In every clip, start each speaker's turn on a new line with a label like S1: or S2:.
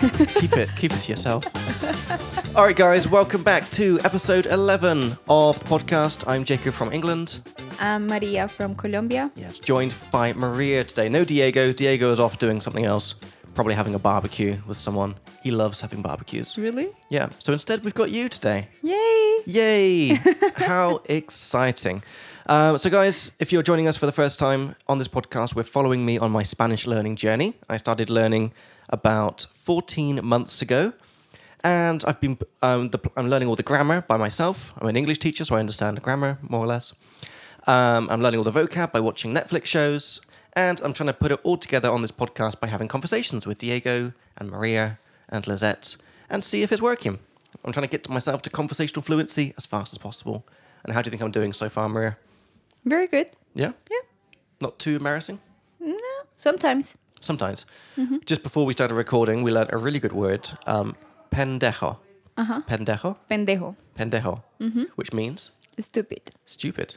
S1: keep it, keep it to yourself. All right, guys, welcome back to episode 11 of the podcast. I'm Jacob from England.
S2: I'm Maria from Colombia.
S1: Yes, joined by Maria today. No Diego. Diego is off doing something else, probably having a barbecue with someone. He loves having barbecues.
S2: Really?
S1: Yeah. So instead, we've got you today.
S2: Yay!
S1: Yay! How exciting. Um, so, guys, if you're joining us for the first time on this podcast, we're following me on my Spanish learning journey. I started learning about 14 months ago, and I've been um, the, I'm learning all the grammar by myself. I'm an English teacher, so I understand the grammar more or less. Um, I'm learning all the vocab by watching Netflix shows, and I'm trying to put it all together on this podcast by having conversations with Diego and Maria and Lizette and see if it's working. I'm trying to get myself to conversational fluency as fast as possible. And how do you think I'm doing so far, Maria?
S2: Very good.
S1: Yeah?
S2: Yeah.
S1: Not too embarrassing?
S2: No. Sometimes.
S1: Sometimes. Just before we started recording, we learned a really good word, um, pendejo. Uh-huh. Pendejo?
S2: Pendejo.
S1: Pendejo. Which means
S2: Stupid.
S1: stupid.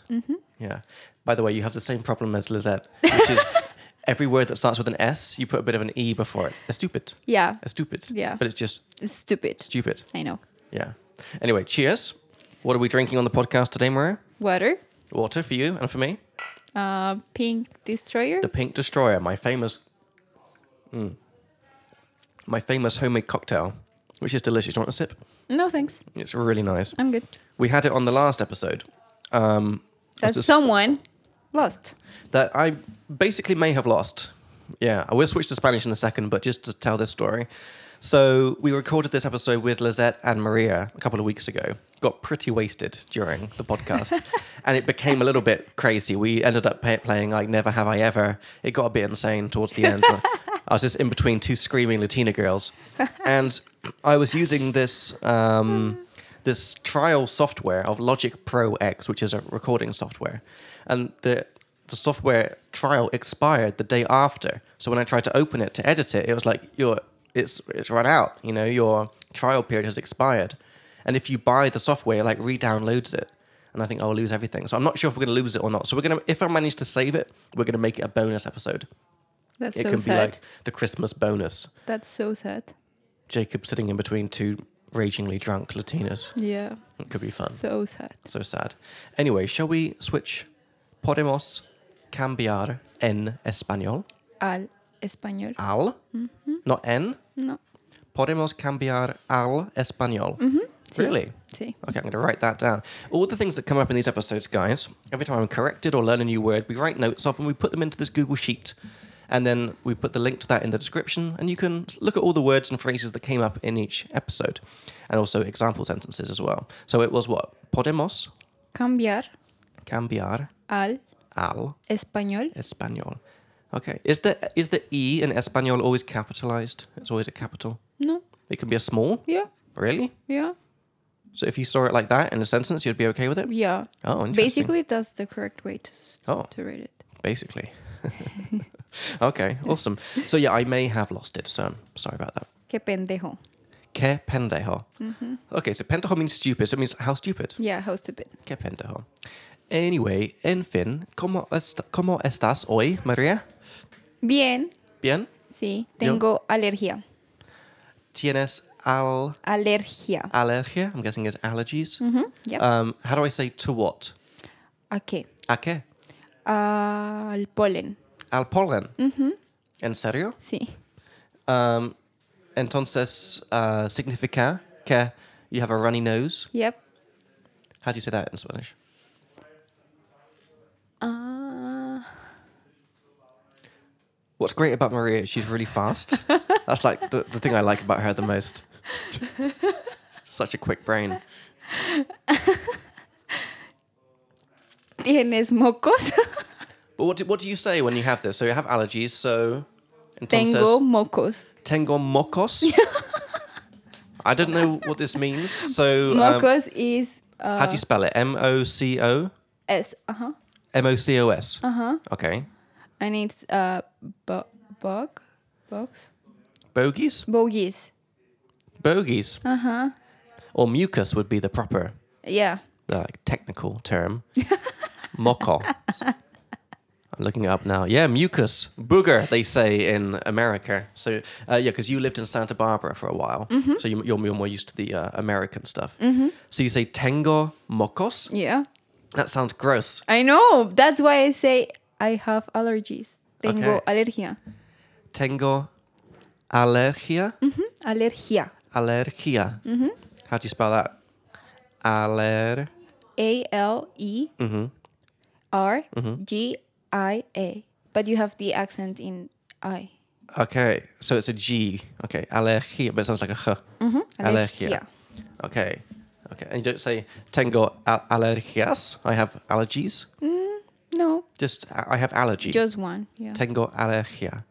S1: Yeah. By the way, you have the same problem as Lizette, which is every word that starts with an S, you put a bit of an E before it. A stupid.
S2: Yeah.
S1: A stupid.
S2: Yeah.
S1: But it's just
S2: Stupid.
S1: stupid.
S2: I know.
S1: Yeah. Anyway, cheers. What are we drinking on the podcast today, Maria?
S2: Water.
S1: Water for you and for me.
S2: Uh, pink destroyer.
S1: The Pink Destroyer, my famous, Mm. my famous homemade cocktail, which is delicious. Do you want a sip?
S2: No thanks.
S1: It's really nice.
S2: I'm good.
S1: We had it on the last episode. Um,
S2: That
S1: just-
S2: someone lost.
S1: that I basically may have lost. Yeah, I will switch to Spanish in a second, but just to tell this story. So, we recorded this episode with Lizette and Maria a couple of weeks ago. Got pretty wasted during the podcast, and it became a little bit crazy. We ended up pay- playing like Never Have I Ever. It got a bit insane towards the end. I was just in between two screaming Latina girls, and I was using this um, this trial software of Logic Pro X, which is a recording software, and the the software trial expired the day after. So when I tried to open it to edit it, it was like your it's it's run out. You know, your trial period has expired, and if you buy the software, it like re-downloads it. And I think I'll lose everything. So I'm not sure if we're going to lose it or not. So we're going to, if I manage to save it, we're going to make it a bonus episode.
S2: That's
S1: It
S2: so
S1: can
S2: sad.
S1: be like the Christmas bonus.
S2: That's so sad.
S1: Jacob sitting in between two ragingly drunk Latinas.
S2: Yeah.
S1: It could be fun.
S2: So sad.
S1: So sad. Anyway, shall we switch? Podemos cambiar en español
S2: Al español.
S1: al, not en.
S2: No.
S1: Podemos cambiar al español.
S2: Sí.
S1: Really?
S2: Sí.
S1: Okay, I'm going to write that down. All the things that come up in these episodes, guys, every time I'm corrected or learn a new word, we write notes off and we put them into this Google Sheet. And then we put the link to that in the description, and you can look at all the words and phrases that came up in each episode, and also example sentences as well. So it was what? Podemos
S2: Cambiar
S1: cambiar
S2: al
S1: al
S2: español.
S1: español. Okay. Is the, is the E in español always capitalized? It's always a capital.
S2: No.
S1: It can be a small.
S2: Yeah.
S1: Really?
S2: Yeah.
S1: So if you saw it like that in a sentence, you'd be okay with it?
S2: Yeah.
S1: Oh, interesting.
S2: Basically, that's the correct way to, s-
S1: Oh,
S2: to read it.
S1: basically. okay, awesome. So yeah, I may have lost it, so I'm sorry about that.
S2: Qué pendejo.
S1: Que pendejo.
S2: Mm-hmm.
S1: Okay, so pendejo means stupid, so it means how stupid.
S2: Yeah, how stupid.
S1: Que pendejo. Anyway, en fin, ¿cómo, est- cómo estás hoy, María?
S2: Bien.
S1: ¿Bien?
S2: Sí.
S1: Yo-
S2: Tengo alergia.
S1: ¿Tienes al
S2: Alergia.
S1: Ah, alergia? I'm guessing it's allergies.
S2: Yep.
S1: Um, how do I say to what?
S2: ¿A qué?
S1: ¿A qué?
S2: Al polen.
S1: Al polen.
S2: Mm-hmm.
S1: ¿En serio?
S2: Sí.
S1: Um, entonces, uh, significa que you have a runny nose.
S2: Yep.
S1: How do you say that in Spanish?
S2: Ah.
S1: What's great about Maria is she's really fast. That's like the, the thing I like about her the most. Such a quick brain.
S2: ¿Tienes mocos?
S1: But what do, what do you say when you have this? So you have allergies, so. entonces,
S2: Tengo mocos.
S1: Tengo mocos. I don't know what this means. So, um,
S2: Mocos is uh,
S1: how do you spell it? M O C O?
S2: S. Uh huh.
S1: M O C O S. Uh huh. Okay.
S2: And it's uh, bo- bog? Box?
S1: Bogies?
S2: Bogies.
S1: Bogies. Uh huh. Or mucus would be the proper uh,
S2: Yeah.
S1: like technical term. Moco. I'm looking it up now. Yeah, mucus, booger, they say in America. So, uh, yeah, because you lived in Santa Barbara for a while. So you, you're, you're more used to the uh, American stuff. So you say tengo mocos.
S2: Yeah.
S1: That sounds gross.
S2: I know. That's why I say I have allergies. Tengo
S1: Okay.
S2: alergia.
S1: Tengo alergia.
S2: Alergia.
S1: Alergia. How do you spell that? Aler.
S2: A L E
S1: Mm-hmm.
S2: R G I A. But you have the accent in I.
S1: Okay, so it's a G. Okay, alergia, but it sounds like a H. Alergia. Okay. Okay. And you don't say tengo al- alergias. I have allergies.
S2: No,
S1: Just I I have allergy.
S2: just one. Yeah.
S1: tengo alergia.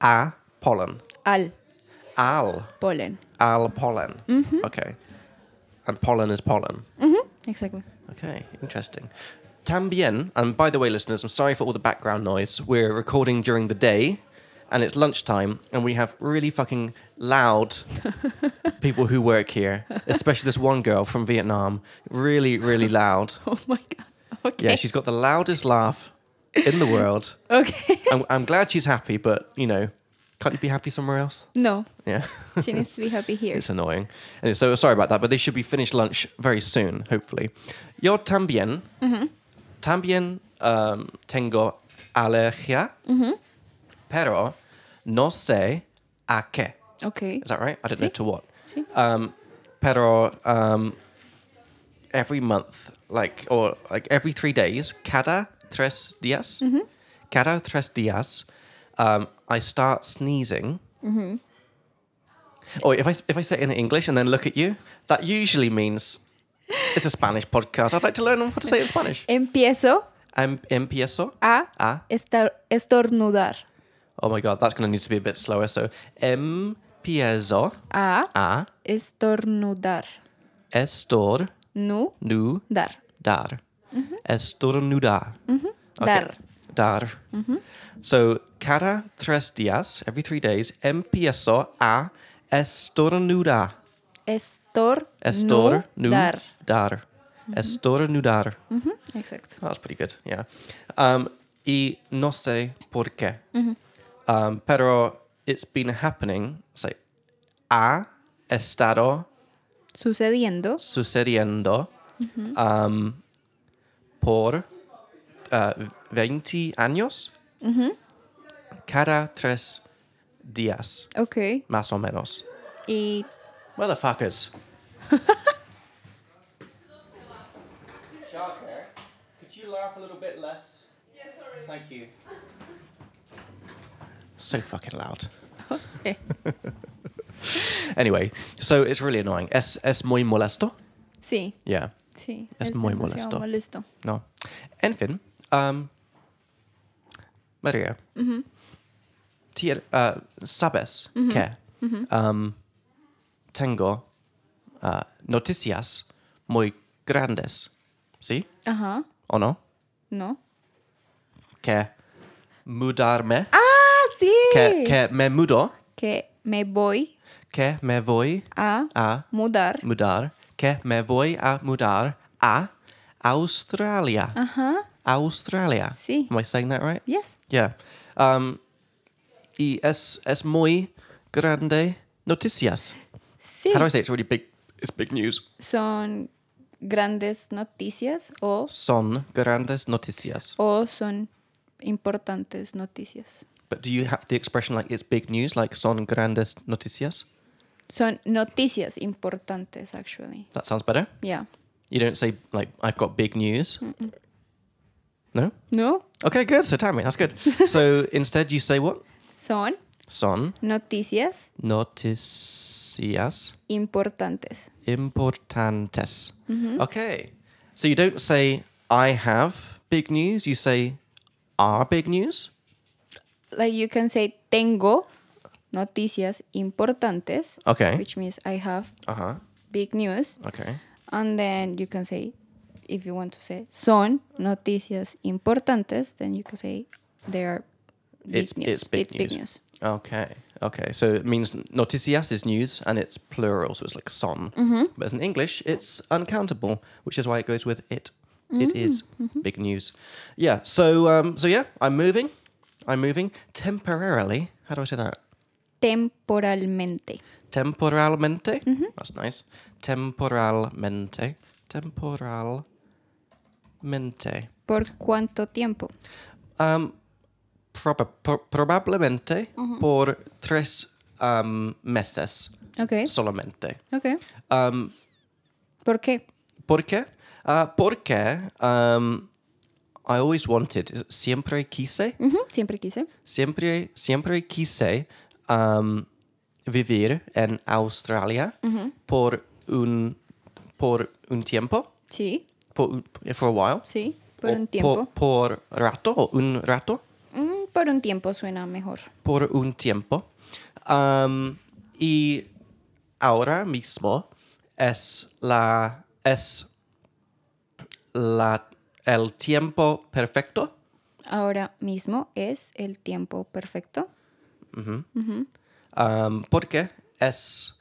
S1: A pollen.
S2: Al
S1: Al
S2: pollen.
S1: al pollen. Okay. And pollen is pollen.
S2: Exactly.
S1: Okay, interesting. Tambien, and by the way, listeners, I'm sorry for all the background noise. We're recording during the day, and it's lunchtime, and we have really fucking loud people who work here, especially this one girl from Vietnam. Really, really loud.
S2: Oh my god. Okay.
S1: Yeah, she's got the loudest laugh in the world.
S2: okay.
S1: I'm, I'm glad she's happy, but you know, can't you be happy somewhere else?
S2: no,
S1: Yeah.
S2: she needs to be happy here.
S1: It's annoying. And so sorry about that, but they should be finished lunch very soon, hopefully. Yo también. También um, tengo alergia. Pero no sé a qué.
S2: Okay.
S1: Is that right? I don't know
S2: Sí.
S1: to what.
S2: Sí.
S1: Um, pero um, every month, like, or like every three days, cada tres dias, cada tres dias, um, I start sneezing. Or if I, if I say it in English and then look at you, that usually means it's a Spanish podcast. I'd like to learn how to say it in Spanish.
S2: Empiezo
S1: Em- empiezo
S2: a
S1: a.
S2: estar estornudar.
S1: Oh my God, that's going to need to be a bit slower. So, empiezo
S2: A
S1: a
S2: estornudar.
S1: estor.
S2: Nu
S1: nu
S2: dar.
S1: dar. Estornudar.
S2: Dar.
S1: Dar. So, cada tres días, every three days, empiezo a estornudar.
S2: Estor.
S1: Estornudar.
S2: nu dar.
S1: Dar. Estornudar.
S2: Exacto.
S1: That's pretty good, yeah. Um, y no sé por qué. Um, pero it's been happening. It's like, ha estado
S2: Sucediendo
S1: sucediendo um, por uh, 20 años cada tres días,
S2: Okay.
S1: más o menos.
S2: Y
S1: Motherfuckers. could you laugh a little bit less? sorry. Thank you. So fucking loud.
S2: eh,
S1: Anyway, so it's really annoying. Es, es muy molesto.
S2: sí,
S1: Yeah.
S2: sí.
S1: Es muy
S2: demasiado
S1: molesto.
S2: molesto.
S1: No. En fin. Um, Maria.
S2: Mm-hmm.
S1: tier- uh, sabes que
S2: Mm-hmm.
S1: um, tengo uh, noticias muy grandes. ¿Sí?
S2: Ajá.
S1: ¿O no?
S2: No.
S1: Que mudarme.
S2: Ah, sí.
S1: Que, que me mudo.
S2: Que me voy
S1: Que me voy
S2: a
S1: a
S2: mudar
S1: mudar. Que me voy a mudar a Australia.
S2: Ajá.
S1: Australia.
S2: Sí.
S1: Am I saying that right?
S2: Yes.
S1: Yeah. Um, y es, es muy grande noticias.
S2: Sí.
S1: How do I say it? it's really big? It's big news.
S2: Son grandes noticias o,
S1: Son grandes noticias.
S2: o son importantes noticias.
S1: But do you have the expression like it's big news, like son grandes noticias?
S2: Son noticias importantes, actually.
S1: That sounds better.
S2: Yeah.
S1: You don't say like I've got big news. No.
S2: No.
S1: Okay, good. So tell me, that's good. so instead, you say what?
S2: Son
S1: Son
S2: noticias
S1: noticias.
S2: importantes.
S1: importantes. Okay. So you don't say I have big news, you say are big news.
S2: Like you can say tengo noticias importantes,
S1: Okay.
S2: which means I have
S1: Uh-huh.
S2: big news.
S1: Okay.
S2: And then you can say, if you want to say son noticias importantes, then you can say they are big
S1: It's-
S2: news.
S1: it's big news. Okay. Okay. So it means noticias is news and it's plural, so it's like son. But as in English, it's uncountable, which is why it goes with it. It is. big news. Yeah. So um, so yeah, I'm moving. I'm moving temporarily. How do I say that?
S2: Temporalmente.
S1: Temporalmente. That's nice. Temporalmente. Temporalmente.
S2: ¿Por cuánto tiempo?
S1: Um, proba- pro- probablemente por tres um, meses
S2: Ok.
S1: solamente.
S2: Ok.
S1: Um,
S2: ¿Por qué?
S1: ¿Por qué? Uh, porque um, I always wanted, siempre quise,
S2: Ujú, Siempre quise.
S1: siempre, siempre quise um, vivir en Australia por, un, por un tiempo,
S2: Sí,
S1: por, un- for a while.
S2: sí. Por
S1: o
S2: un tiempo.
S1: Por, por rato, o un rato,
S2: Mm, por un tiempo suena mejor.
S1: por un tiempo. Um, y ahora mismo es la es la el tiempo perfecto
S2: Ahora mismo es el tiempo perfecto.
S1: um, porque es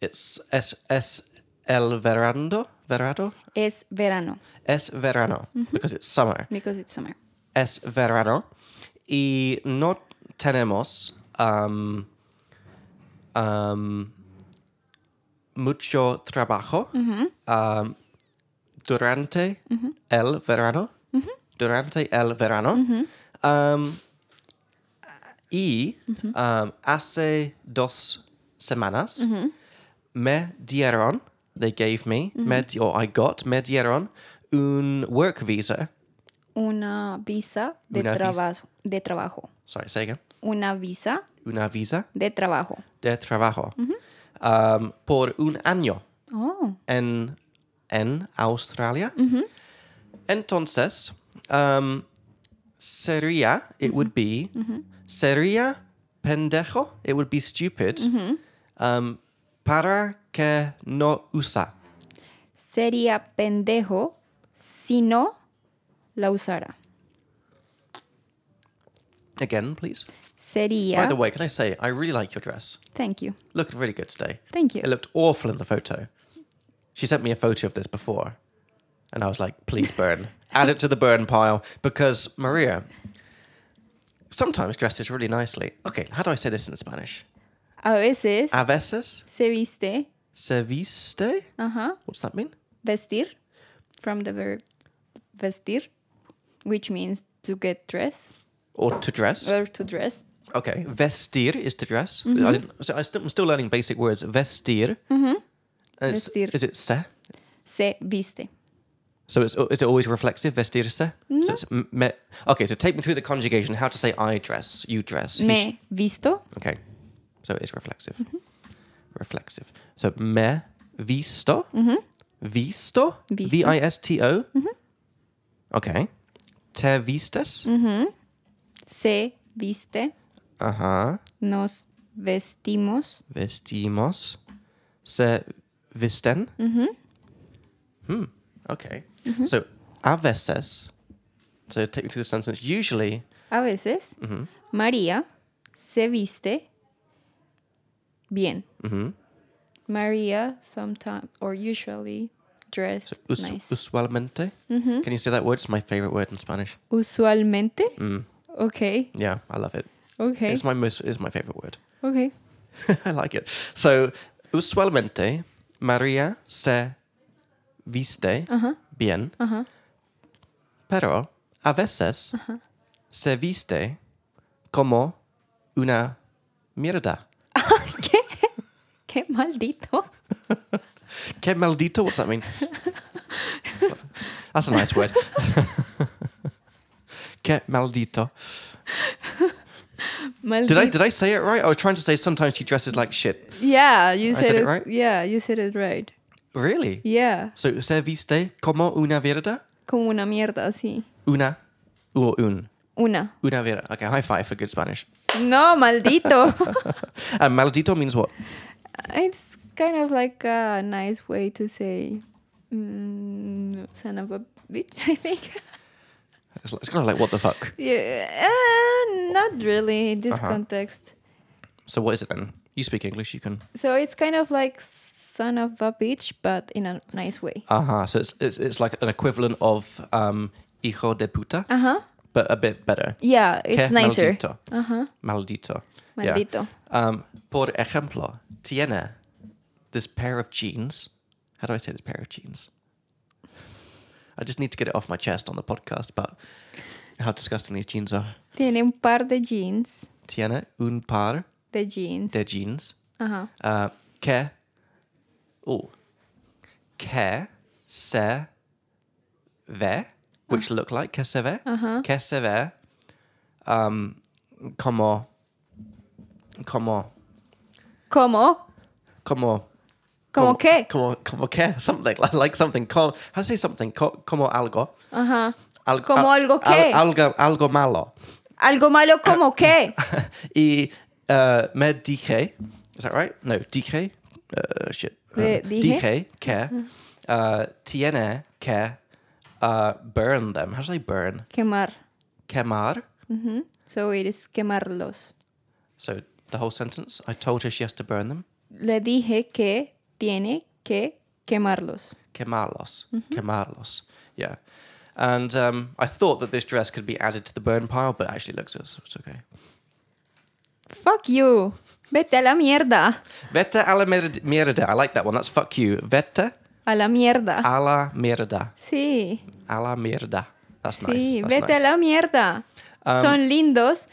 S1: es es es el verano verano
S2: Es verano,
S1: es verano because it's summer
S2: because it's summer.
S1: es verano y no tenemos um, um, mucho trabajo um, durante el verano. Durante el verano. Um, y um, hace dos semanas me dieron, they gave me, me di- or I got, me dieron un work visa.
S2: Una visa de
S1: Una visa.
S2: trabajo. De trabajo.
S1: Sorry, say again.
S2: Una visa
S1: una visa
S2: de trabajo.
S1: de trabajo um, por un año
S2: Oh,
S1: en, en Australia. Entonces, um, sería, it would be, sería pendejo, it would be stupid, um, para que no usa.
S2: sería pendejo si no la usara.
S1: Again, please. By
S2: Sería.
S1: the way, can I say, I really like your dress.
S2: Thank you.
S1: Looked really good today.
S2: Thank you.
S1: It looked awful in the photo. She sent me a photo of this before, and I was like, please burn. Add it to the burn pile because Maria sometimes dresses really nicely. Okay, how do I say this in Spanish?
S2: A veces
S1: A veces
S2: se viste.
S1: se viste.
S2: Ajá.
S1: What's that mean?
S2: vestir from the verb vestir which means to get dressed
S1: Or to dress.
S2: or to dress
S1: Okay, vestir is to dress. I didn't, so I still, I'm still learning basic words. Vestir. Mm-hmm.
S2: Vestir.
S1: Is it se?
S2: se viste
S1: So it's, is it always reflexive, vestirse? So it's m- me, okay, so take me through the conjugation, how to say I dress, you dress. he sh-
S2: me Mm-hmm. visto
S1: okay, so it is reflexive. Reflexive. So me visto, visto,
S2: Mm-hmm. Visto. Mm-hmm.
S1: V-I-S-T-O. Okay. Te vistes.
S2: Mm-hmm. se viste
S1: Uh-huh.
S2: nos vestimos
S1: Vestimos. Se visten.
S2: Mm-hmm.
S1: Hmm. Okay. So a veces. So take me through the sentence. Usually,
S2: a veces María se viste bien María sometimes or usually dressed
S1: Us-
S2: nice Mm-hmm.
S1: Usualmente. Can you say that word? It's my favorite word in Spanish.
S2: usualmente
S1: Mm.
S2: okay
S1: Yeah, I love it.
S2: okay
S1: It's my most. It's my favorite word.
S2: okay
S1: I like it. So, usualmente, María se viste
S2: Uh-huh.
S1: bien, pero a veces
S2: Uh-huh.
S1: se viste como una mierda.
S2: ¿Qué? ¿Qué maldito?
S1: Que maldito? What's that mean? That's a nice word. que maldito.
S2: Maldito.
S1: Did I did I say it right? I was trying to say sometimes she dresses like shit.
S2: Yeah, you said,
S1: said it
S2: it,
S1: right?
S2: Yeah, you said it right.
S1: Really?
S2: Yeah,
S1: So se viste como una verda?
S2: como una mierda así.
S1: Una or un.
S2: Una.
S1: Una verda. Okay, high five for good Spanish.
S2: No, maldito.
S1: And maldito means what?
S2: it's kind of like a nice way to say mm, son of a bitch, I think.
S1: It's, like- it's kind of like what the fuck.
S2: yeah, uh, not really in this
S1: Uh-huh.
S2: context.
S1: So what is it then? You speak English, you can.
S2: So it's kind of like son of a bitch, but in a nice way.
S1: Uh huh. So it's, it's it's like an equivalent of um, hijo de puta,
S2: Uh huh.
S1: but a bit better.
S2: Yeah, it's
S1: Que
S2: nicer.
S1: Maldito.
S2: Uh huh.
S1: Maldito. Yeah.
S2: Maldito.
S1: Um, por ejemplo, tiene this pair of jeans. How do I say this pair of jeans? I just need to get it off my chest on the podcast about how disgusting these jeans are.
S2: Tiene un par de jeans.
S1: Tiene un par
S2: De jeans.
S1: de jeans
S2: uh huh.
S1: uh, que, oh, que se ve, which look like que se ve,
S2: Uh-huh.
S1: que se ve, um, como, como,
S2: ¿Cómo?
S1: como
S2: ¿Cómo qué?
S1: Como, como qué? Something like, like something. Co, how to say something? Co, como algo.
S2: Ajá.
S1: Al-
S2: Como
S1: al-
S2: algo qué?
S1: al- algo, algo malo.
S2: Algo malo como qué?
S1: y uh, me dije, is that right? No, dije. Uh, shit. Uh,
S2: Me dije?
S1: dije que uh, tiene que uh, burn them. How do I burn?
S2: Quemar.
S1: Quemar.
S2: Ujú. So it is quemarlos.
S1: So the whole sentence. I told her she has to burn them.
S2: Le dije que tiene que quemarlos.
S1: Quemarlos.
S2: Mm-hmm.
S1: Quemarlos. Yeah. And um, I thought that this dress could be added to the burn pile, but it actually looks it's, it's okay.
S2: Fuck you. Vete a la mierda.
S1: Vete a la mierda- mierda. I like that one. That's fuck you. Vete
S2: A la mierda.
S1: a la mierda.
S2: Sí.
S1: A la mierda. That's nice.
S2: Sí,
S1: That's
S2: vete
S1: nice. Um,
S2: a la mierda. Son lindos.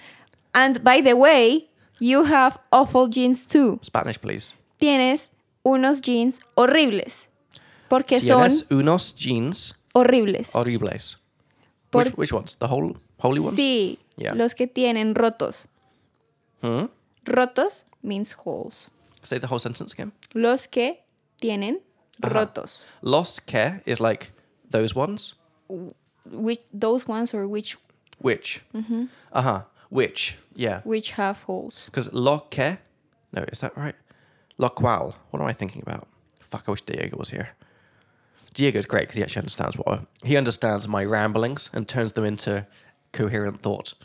S2: And by the way, you have awful jeans too.
S1: Spanish, please.
S2: Tienes unos jeans horribles. Porque son
S1: Tienes unos jeans
S2: horribles.
S1: horribles.
S2: Por-
S1: Which, which ones? The whole holy ones?
S2: Sí,
S1: Yeah.
S2: los que tienen rotos.
S1: Hmm?
S2: Rotos means holes.
S1: Say the whole sentence again.
S2: Los que tienen rotos.
S1: Los que is like those ones.
S2: Which those ones or which
S1: Which? Mm-hmm. Uh huh. Which? Yeah.
S2: which have holes.
S1: Because lo que? No, is that right? Lo cual? What am I thinking about? Fuck, I wish Diego was here. Diego's great because he actually understands what I- he understands my ramblings and turns them into coherent thought.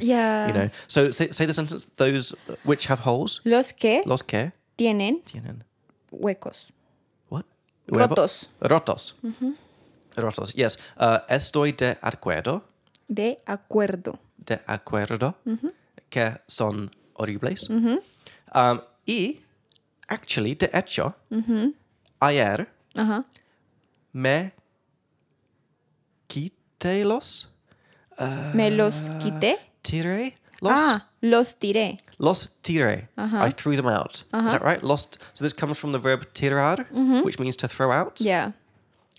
S2: Yeah.
S1: you know. So say, say the sentence: those which have holes.
S2: Los que
S1: Los que
S2: tienen
S1: tienen
S2: huecos.
S1: what?
S2: Rotos. Mm-hmm.
S1: Rotos. Rotos. Yes. Uh, estoy de acuerdo.
S2: De acuerdo.
S1: De acuerdo. Que son horribles. Um, y actually, de hecho, ayer
S2: Ajá.
S1: me quité los,
S2: Me los quité.
S1: tiré los.
S2: Ah, los tiré.
S1: Los tiré. I threw them out. Is that right? Lost. So this comes from the verb tirar, which means to throw out.
S2: Yeah.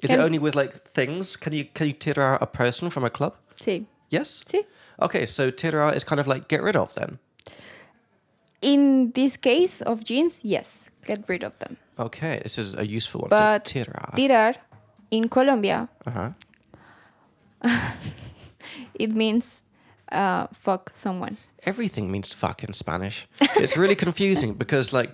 S1: Is
S2: Can-
S1: it only with like things? Can you can you tirar a person from a club?
S2: Sí.
S1: Yes.
S2: Sí.
S1: Okay, so tirar is kind of like get rid of then.
S2: In this case of jeans, yes, get rid of them.
S1: Okay, this is a useful one. so
S2: But
S1: tirar.
S2: Tirar in Colombia,
S1: uh-huh.
S2: it means uh, fuck someone.
S1: Everything means fuck in Spanish. It's really confusing because like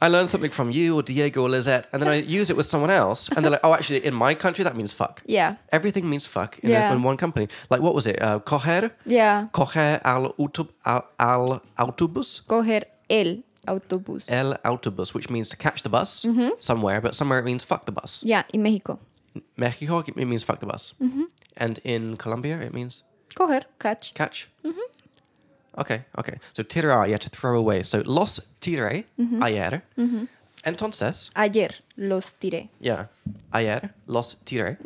S1: I learn something from you or Diego or Lizette, and then I use it with someone else, and they're like, "Oh, actually, in my country, that means fuck."
S2: Yeah.
S1: Everything means fuck in, a-
S2: Yeah.
S1: in one company. Like, what was it? Uh, coger,
S2: Yeah.
S1: coger al, autob al, al autobus,
S2: Coger el autobús.
S1: el autobus, which means to catch the bus
S2: Mm-hmm.
S1: somewhere, but somewhere it means fuck the bus.
S2: Yeah, in Mexico.
S1: Mexico, it means fuck the bus.
S2: Mm-hmm.
S1: And in Colombia, it means
S2: Coger, catch.
S1: catch. Okay, okay. So tirar, yeah, to throw away. So los tiré ayer. Entonces,
S2: Ayer los tiré.
S1: yeah, ayer los tiré.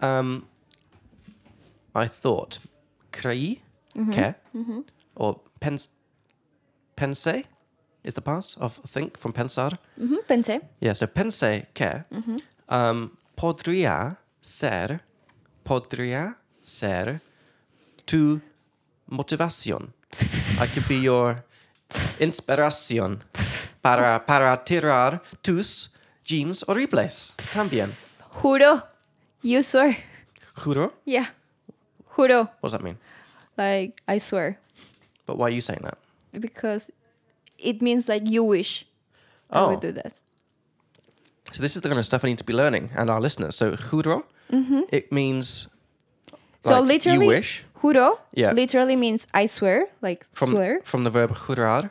S1: Um, I thought, creí que, or pens- pensé is the past of think from pensar.
S2: Ujú, Pensé.
S1: Yeah, so pensé que
S2: Mm-hmm.
S1: um, podría ser, podría ser tu motivación. I could be your inspiración para, para tirar tus jeans horribles. También.
S2: Juro. You swear.
S1: Juro?
S2: Yeah. Juro.
S1: What does that mean?
S2: Like, I swear.
S1: But why are you saying that?
S2: Because it means like you wish. I
S1: Oh,
S2: would do that.
S1: so this is the kind of stuff I need to be learning and our listeners. So juro, it means
S2: Mm-hmm. So
S1: like,
S2: literally,
S1: you wish
S2: juro
S1: Yeah.
S2: literally means I swear, like
S1: from,
S2: swear.
S1: from the verb jurar.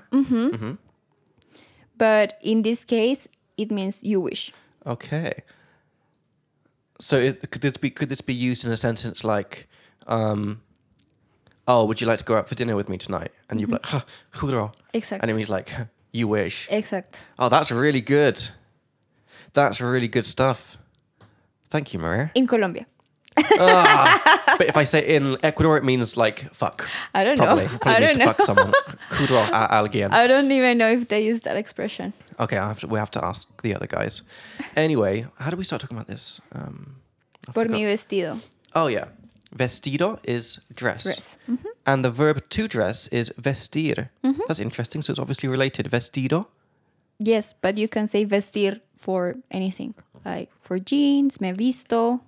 S2: But in this case, it means you wish.
S1: Okay. So it, could this be could this be used in a sentence like, um, "Oh, would you like to go out for dinner with me tonight?" And you'd be
S2: Mm-hmm.
S1: like, huh, "Hurrah!" And
S2: Exacto.
S1: it means like, "Huh, "You wish."
S2: Exacto.
S1: Oh, that's really good. That's really good stuff. Thank you, Maria.
S2: In Colombia.
S1: but if I say in Ecuador, it means like fuck.
S2: I don't know.
S1: Probably, It probably
S2: I
S1: means
S2: don't
S1: to
S2: know. Uh,
S1: fuck someone. Hurrah, a- alguien.
S2: I don't even know if they use that expression.
S1: Okay, I have to, we have to ask the other guys. Anyway, how do we start talking about this? Um, I
S2: Por
S1: forgot.
S2: mi vestido.
S1: Oh yeah, vestido is dress,
S2: Dress.
S1: and the verb to dress is vestir. That's interesting. So it's obviously related. Vestido.
S2: Yes, but you can say vestir for anything. Like for jeans, me visto,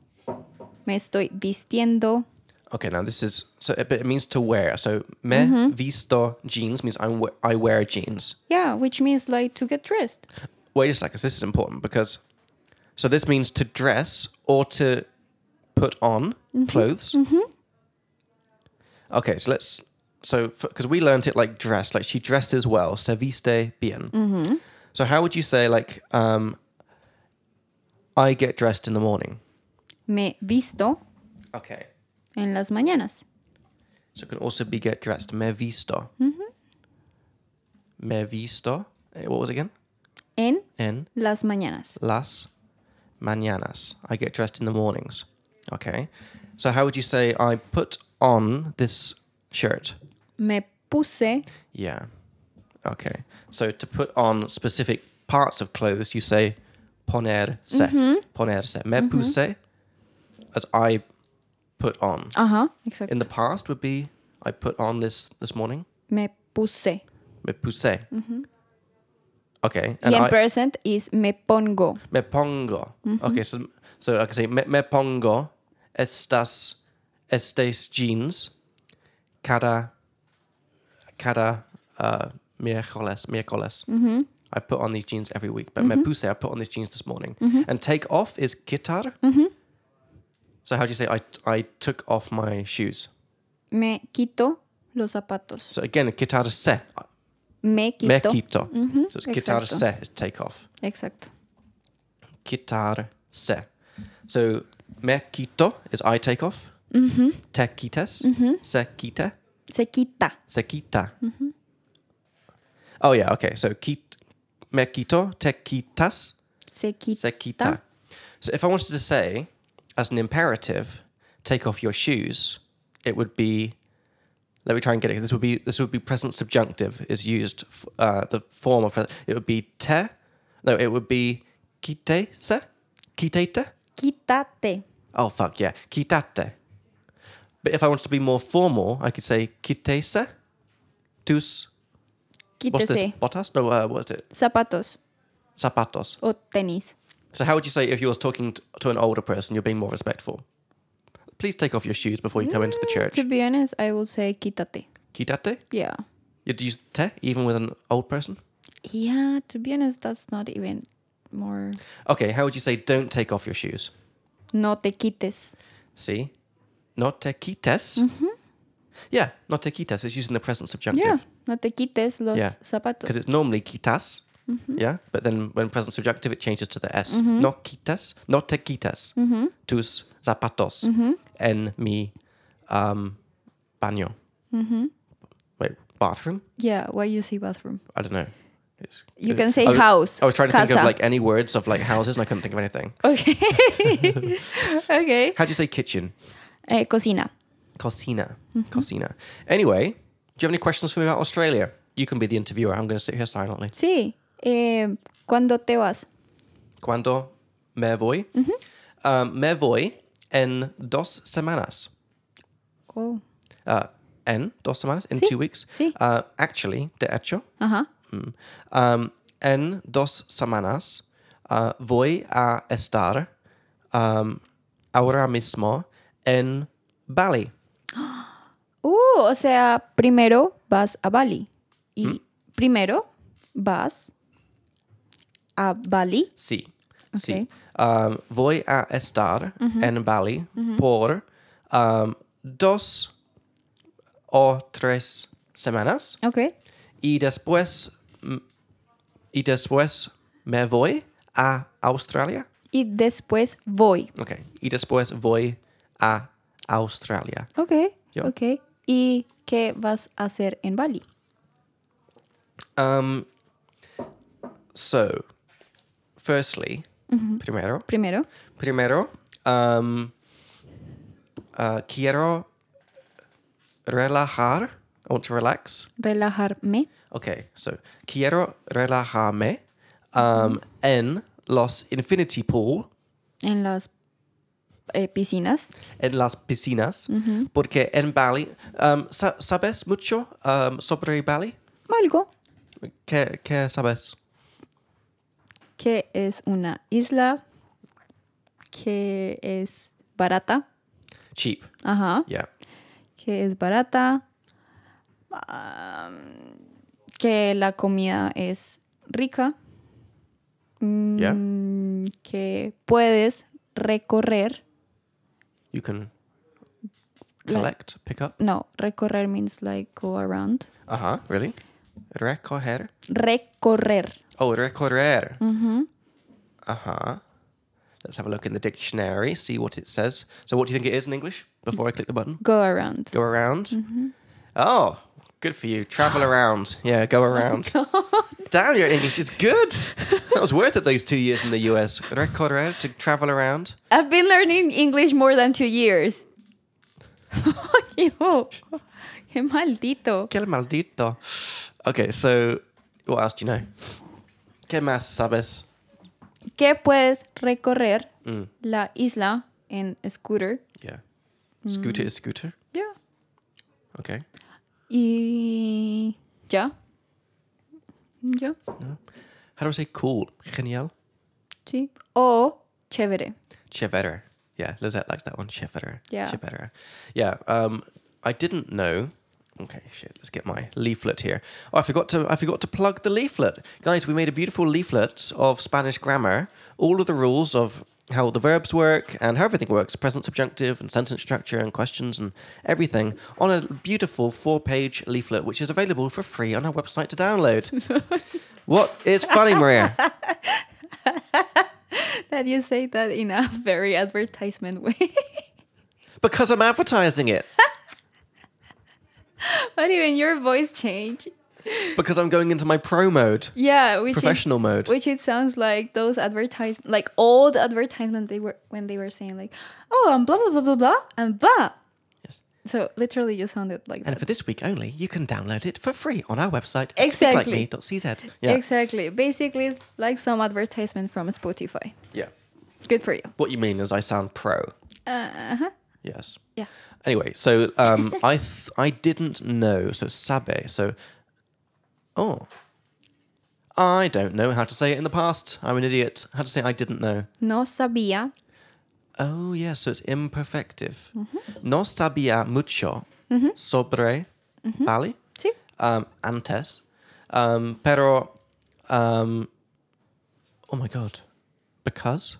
S2: me estoy vistiendo.
S1: Okay, now this is so it, but it means to wear. So me visto jeans means I'm, we- I wear jeans.
S2: Yeah, which means like to get dressed.
S1: Wait a second. This is important because so this means to dress or to put on clothes. Okay, so let's so because we learnt it like dress, like she dresses well, se viste bien. So how would you say like um, I get dressed in the morning?
S2: Me visto
S1: Okay,
S2: en las mañanas.
S1: so it can also be get dressed. Me visto. Me visto. Eh, What was it again?
S2: En
S1: En
S2: las mañanas.
S1: las mañanas. I get dressed in the mornings. Okay. So how would you say I put on this shirt?
S2: Me puse
S1: Yeah. Okay. So to put on specific parts of clothes, you say ponerse. Ponerse. Me puse as I put on.
S2: Ajá, exacto.
S1: In the past would be I put on this this morning.
S2: me puse.
S1: Me puse. Okay.
S2: Y en
S1: I-
S2: present is me pongo.
S1: Me pongo.
S2: Mm-hmm.
S1: Okay, so so I can say me, me pongo estas estes jeans cada cada uh, miércoles miércoles.
S2: Mm-hmm.
S1: I put on these jeans every week, but me puse I put on these jeans this morning.
S2: Mm-hmm.
S1: And take off is quitar. So how do you say I I took off my shoes?
S2: Me quito los zapatos.
S1: So again, quitar se
S2: Me
S1: me
S2: quito. Mm-hmm.
S1: quito. So it's quitar
S2: exacto.
S1: se is take off.
S2: Exacto.
S1: quitarse. So me quito is I take off. Te quites. Se quita.
S2: Se quita.
S1: Se quita. Oh yeah, okay. So quit, me quito, te quitas,
S2: Se quita.
S1: se quita. So if I wanted to say as an imperative, take off your shoes, it would be. Let me try and get it. This would be this would be present subjunctive is used f- uh, the form of pre- it would be te. No, it would be quite se, quitete.
S2: Quítate.
S1: Oh fuck yeah, quitate. But if I wanted to be more formal, I could say quitese, tus. What's this?
S2: Quítese.
S1: Botas? No, uh, what's it?
S2: Zapatos
S1: Zapatos.
S2: o tenis.
S1: So how would you say if you was talking t- to an older person, you're being more respectful? Please take off your shoes before you come into the church.
S2: Mm, To be honest, I would say quítate.
S1: Quitate?
S2: Yeah.
S1: You'd use te even with an old person?
S2: Yeah, to be honest, that's not even more.
S1: Okay, how would you say don't take off your shoes?
S2: No te quites.
S1: See? No te quites. Yeah, no te quites. It's used in the present subjunctive.
S2: Mm-hmm. Yeah. No te quites los
S1: Yeah.
S2: zapatos.
S1: because it's normally quitas,
S2: Mm-hmm.
S1: yeah. But then when present subjunctive, it changes to the s. No quitas, no te quitas
S2: Mm-hmm.
S1: tus zapatos en mi um, baño.
S2: Mm-hmm.
S1: Wait, bathroom?
S2: Yeah, why you say bathroom?
S1: I don't know. It's,
S2: You can say
S1: I was-
S2: house,
S1: I was trying to think of
S2: casa.
S1: like any words of like houses, and I couldn't think of anything.
S2: Okay. okay.
S1: How do you say kitchen?
S2: Eh, cocina.
S1: Cocina,
S2: Mm-hmm.
S1: cocina. Anyway, do you have any questions for me about Australia? You can be the interviewer. I'm going to sit here silently.
S2: Sí. Eh, ¿Cuándo te vas?
S1: cuando me voy. Um, me voy en dos semanas.
S2: Oh.
S1: Uh, en dos semanas, in
S2: Sí,
S1: two weeks.
S2: sí.
S1: Uh, actually, de hecho,
S2: Ajá.
S1: um, en dos semanas uh, voy a estar um, ahora mismo en Bali.
S2: Uh, o sea, primero vas a Bali. Y
S1: Mm.
S2: primero vas a Bali.
S1: Sí. Sí.
S2: Okay.
S1: Um, voy a estar en Bali por um, dos o tres semanas.
S2: Ok.
S1: y después mm, y después me voy a Australia.
S2: Y después voy.
S1: Ok. Y después voy a Australia.
S2: Ok.
S1: Ya.
S2: Ok. ¿Y qué vas a hacer en Bali?
S1: Um, so, firstly, primero,
S2: Primero,
S1: primero, um, uh, quiero relajar. I want to relax.
S2: relajarme
S1: Okay, so quiero relajarme um, en los infinity pool,
S2: en las eh, piscinas.
S1: en las piscinas, porque en Bali, um, sa- ¿sabes mucho um, sobre Bali?
S2: Algo
S1: ¿Qué, qué sabes?
S2: que es una isla que es barata.
S1: Cheap,
S2: Ajá.
S1: yeah.
S2: que es barata, am, que la comida es rica,
S1: Yeah,
S2: mm, que puedes recorrer,
S1: you can
S2: Like-
S1: collect, pick up.
S2: no, recorrer means like go around,
S1: Uh huh. Really? Recoger.
S2: recorrer,
S1: Oh, recorrer. Mm-hmm. Uh huh. Let's have a look in the dictionary, see what it says. So, what do you think it is in English before I click the button?
S2: go around.
S1: Go around. Oh, good for you. Travel around. Yeah, go around. Damn, your English is good. That was worth it, those two years in the US. Recorrer, to travel around.
S2: I've been learning English more than two years. Qué bobo. Qué maldito.
S1: Que maldito. Okay, so what else do you know? Que más sabes?
S2: Que puedes recorrer la isla en scooter.
S1: Yeah. Scooter is scooter.
S2: Yeah.
S1: Okay.
S2: Y ya. Ya.
S1: How do I say cool? Genial?
S2: Sí. O chévere.
S1: Chévere. Yeah, Lizette likes that one. Chévere.
S2: Yeah.
S1: Chévere. Yeah. Um, I didn't know. Okay, shit. Let's get my leaflet here. Oh, I forgot to. I forgot to plug the leaflet, guys. We made a beautiful leaflet of Spanish grammar, all of the rules of how the verbs work and how everything works, present subjunctive and sentence structure and questions and everything, on a beautiful four-page leaflet, which is available for free on our website to download. what is funny, Maria?
S2: That you say that in a very advertisement way.
S1: Because I'm advertising it.
S2: but even your voice change.
S1: Because I'm going into my pro mode.
S2: Yeah, which
S1: Professional
S2: is,
S1: mode.
S2: Which it sounds like those advertise like old advertisement they were when they were saying like, oh, and blah blah blah blah blah and blah.
S1: Yes.
S2: So literally you sounded like
S1: And
S2: that.
S1: for this week only, you can download it for free on our website, at
S2: Exactly.
S1: speaklikeme.cz. Yeah.
S2: Exactly. Basically, it's like some advertisement from Spotify.
S1: yeah.
S2: Good for you.
S1: What you mean is I sound pro. Yes.
S2: Yeah.
S1: Anyway, so um, I th- I didn't know. So sabe. So oh, I don't know how to say it in the past. I'm an idiot. How to say I didn't know?
S2: No sabía
S1: Oh yeah. So it's imperfective. No sabía mucho sobre Bali.
S2: Sí.
S1: um, antes. Um, pero, um, oh my god, because,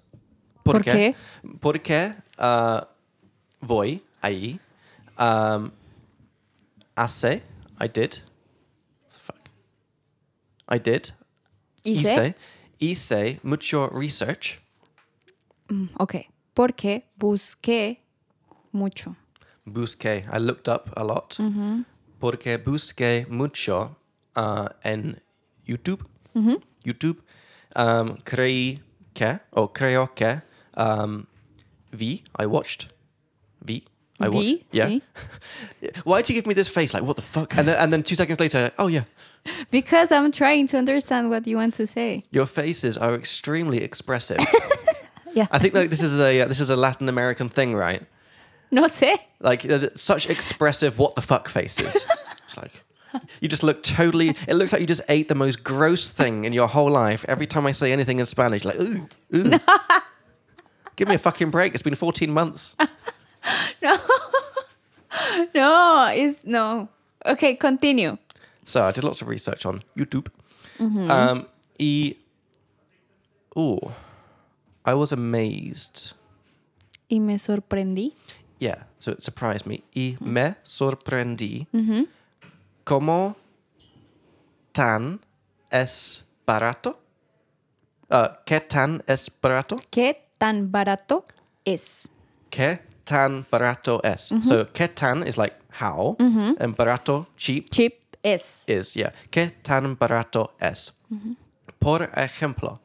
S2: ¿Por qué?
S1: porque uh, voy ahí, um, hace, I did, fuck, I did, hice,
S2: Hice.
S1: hice mucho research,
S2: Ok. Porque busqué mucho.
S1: busqué, I looked up a lot,
S2: Mm-hmm.
S1: porque busqué mucho uh, en YouTube.
S2: Mm-hmm.
S1: YouTube. Um, creí que, o creo que, um, vi, I watched. Vi, I watched.
S2: Vi, sí.
S1: Why'd you give me this face? Like, what the fuck? And then, and then two seconds later, oh yeah.
S2: Because I'm trying to understand what you want to say.
S1: Your faces are extremely expressive.
S2: Yeah.
S1: I think like this is a uh, this is a Latin American thing, right?
S2: No sé.
S1: Like there's such expressive what the fuck faces. It's like you just look totally. It looks like you just ate the most gross thing in your whole life. Every time I say anything in Spanish, like ooh, ooh. Give me a fucking break. It's been 14 months.
S2: No, it's no. Okay, continue.
S1: So I did lots of research on YouTube. Um, e. Oh, I was amazed.
S2: Y me sorprendí
S1: Yeah, so it surprised me. Y me sorprendí como tan es barato. Uh, ¿Qué tan es barato?
S2: ¿Qué tan barato es?
S1: ¿Qué tan barato es? So, ¿qué tan is like how, and barato, cheap,
S2: Cheap es.
S1: is, yeah. ¿Qué tan barato es? Por ejemplo,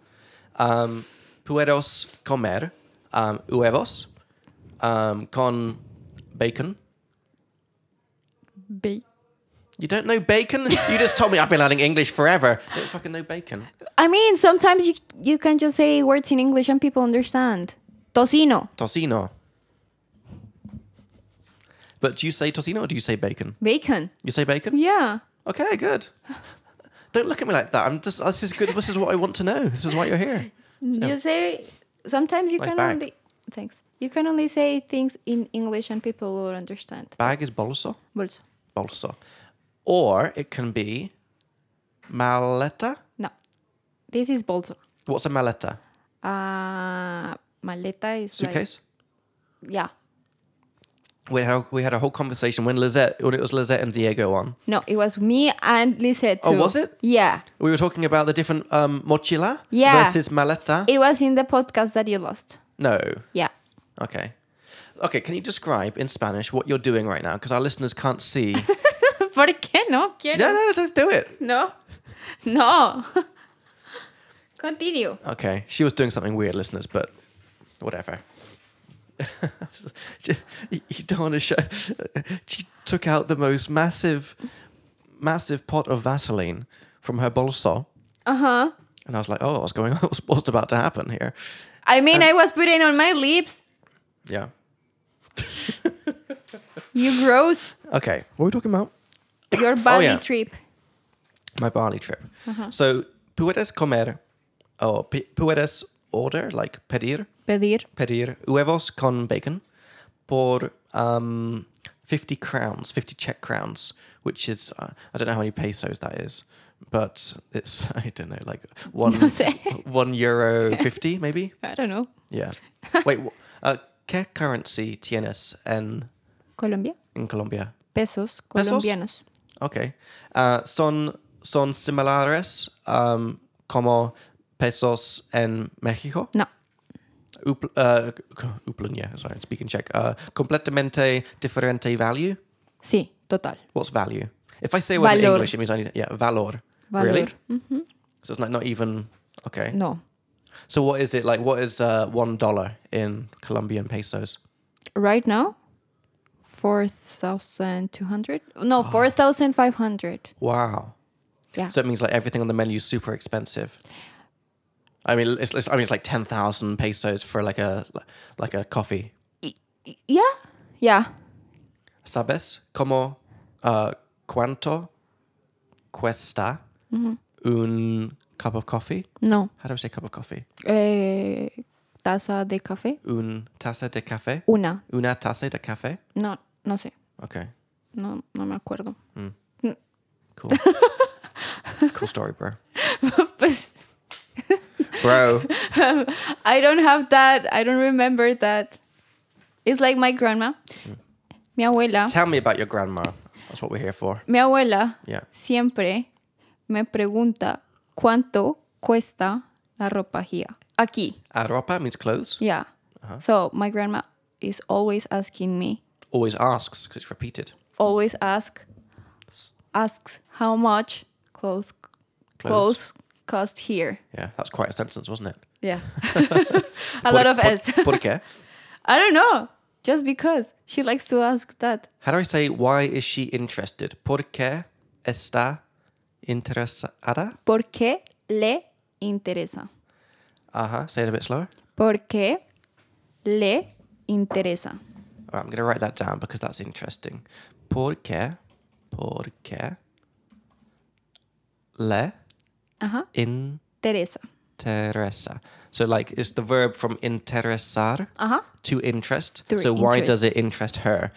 S1: um, puedes comer um, huevos um, con bacon.
S2: Ba-
S1: You don't know bacon? you just told me I've been learning English forever. Don't fucking know bacon.
S2: I mean, sometimes you, you can just say words in English and people understand. Tocino.
S1: Tocino. But do you say tocino or do you say bacon?
S2: Bacon.
S1: You say bacon?
S2: Yeah.
S1: Okay, good. Don't look at me like that. I'm just. This is good. This is what I want to know. This is why you're here.
S2: You say sometimes you
S1: Like
S2: can
S1: bag.
S2: only thanks. You can only say things in English and people will understand.
S1: Bag is bolso,
S2: Bolso.
S1: bolso, or it can be maleta.
S2: No. This is bolso.
S1: What's a maleta?
S2: Uh maleta is like-
S1: Suitcase.
S2: yeah.
S1: we had a, we had a whole conversation when Lizette when it was Lizette and Diego on.
S2: No, it was me and Lisette too.
S1: Oh, was it?
S2: Yeah.
S1: We were talking about the different um, mochila
S2: Yeah.
S1: versus maleta.
S2: It was in the podcast that you lost.
S1: no.
S2: Yeah.
S1: Okay. Okay. Can you describe in Spanish what you're doing right now? Because our listeners can't see.
S2: ¿Por qué no? Quiero.
S1: no, no, just do it.
S2: No. No. Continue.
S1: Okay, she was doing something weird, listeners, but whatever. you don't want to show. She took out the most massive, massive pot of Vaseline from her bolso,
S2: Uh huh.
S1: and I was like, "Oh, what's going on? What's, what's about to happen here?"
S2: I mean, I was putting on my lips.
S1: Yeah.
S2: You gross.
S1: Okay, what were we talking about?
S2: Your Bali
S1: yeah.
S2: trip.
S1: My Bali trip. So, puedes comer, or pu- puedes order, like pedir,
S2: Pedir.
S1: pedir huevos con bacon por um, 50 crowns, 50 Czech crowns, which is, uh, I don't know how many pesos that is, but it's, I don't know, like one,
S2: No sé.
S1: one euro 50 maybe?
S2: I don't know.
S1: Yeah. Wait, wh- uh, ¿qué currency tienes en,
S2: Colombia.
S1: en Colombia?
S2: Pesos
S1: Pesos?
S2: colombianos.
S1: Okay. Uh, son, son similares um, como pesos en México?
S2: No.
S1: Upl- uh, Uplun, yeah, sorry, speaking Czech. Uh, completamente differente value.
S2: Sí, total.
S1: What's value? If I say a word in
S2: Valor.
S1: English, it means I need, yeah, valor.
S2: Valor.
S1: Really? So it's not, not even, okay.
S2: No.
S1: So what is it like? What is uh, one dollar in Colombian pesos?
S2: Right now, 4,200. No, 4,500.
S1: Wow.
S2: Yeah.
S1: So it means like everything on the menu is super expensive. I mean, it's, it's- I mean, it's like 10,000 pesos for like a, like a coffee.
S2: yeah. Yeah.
S1: ¿Sabes cómo uh, cuánto cuesta
S2: Mm-hmm.
S1: un cup of coffee?
S2: No.
S1: How do I say cup of coffee?
S2: Eh, taza de café.
S1: Un taza de café?
S2: Una.
S1: Una taza de café?
S2: No, no sé.
S1: Okay,
S2: No, no me acuerdo.
S1: cool. cool story, bro.
S2: pues,
S1: Bro.
S2: I don't have that. I don't remember that. It's like my grandma. Mi abuela.
S1: Tell me about your grandma. That's what we're here for.
S2: Mi abuela
S1: Yeah.
S2: siempre me pregunta cuánto cuesta la ropa here. Aquí.
S1: Arropa means clothes.
S2: Yeah. So my grandma is always asking me,
S1: Always asks because it's repeated.
S2: always ask, asks how much clothes
S1: Clothes.
S2: clothes cost here.
S1: Yeah, that's quite a sentence, wasn't it?
S2: Yeah. A lot of S.
S1: Por qué?
S2: I don't know. Just because she likes to ask that.
S1: How do I say why is she interested? Por qué está interesada?
S2: ¿Por qué le interesa?
S1: Uh-huh. Say it a bit slower.
S2: ¿Por qué le interesa?
S1: All right, I'm going to write that down because that's interesting. Por qué? Por qué? Le
S2: Ajá.
S1: interesa.
S2: Teresa.
S1: So like it's the verb from interesar
S2: Ajá.
S1: to interest.
S2: To
S1: so why
S2: interest. Mm-hmm.
S1: does it interest her?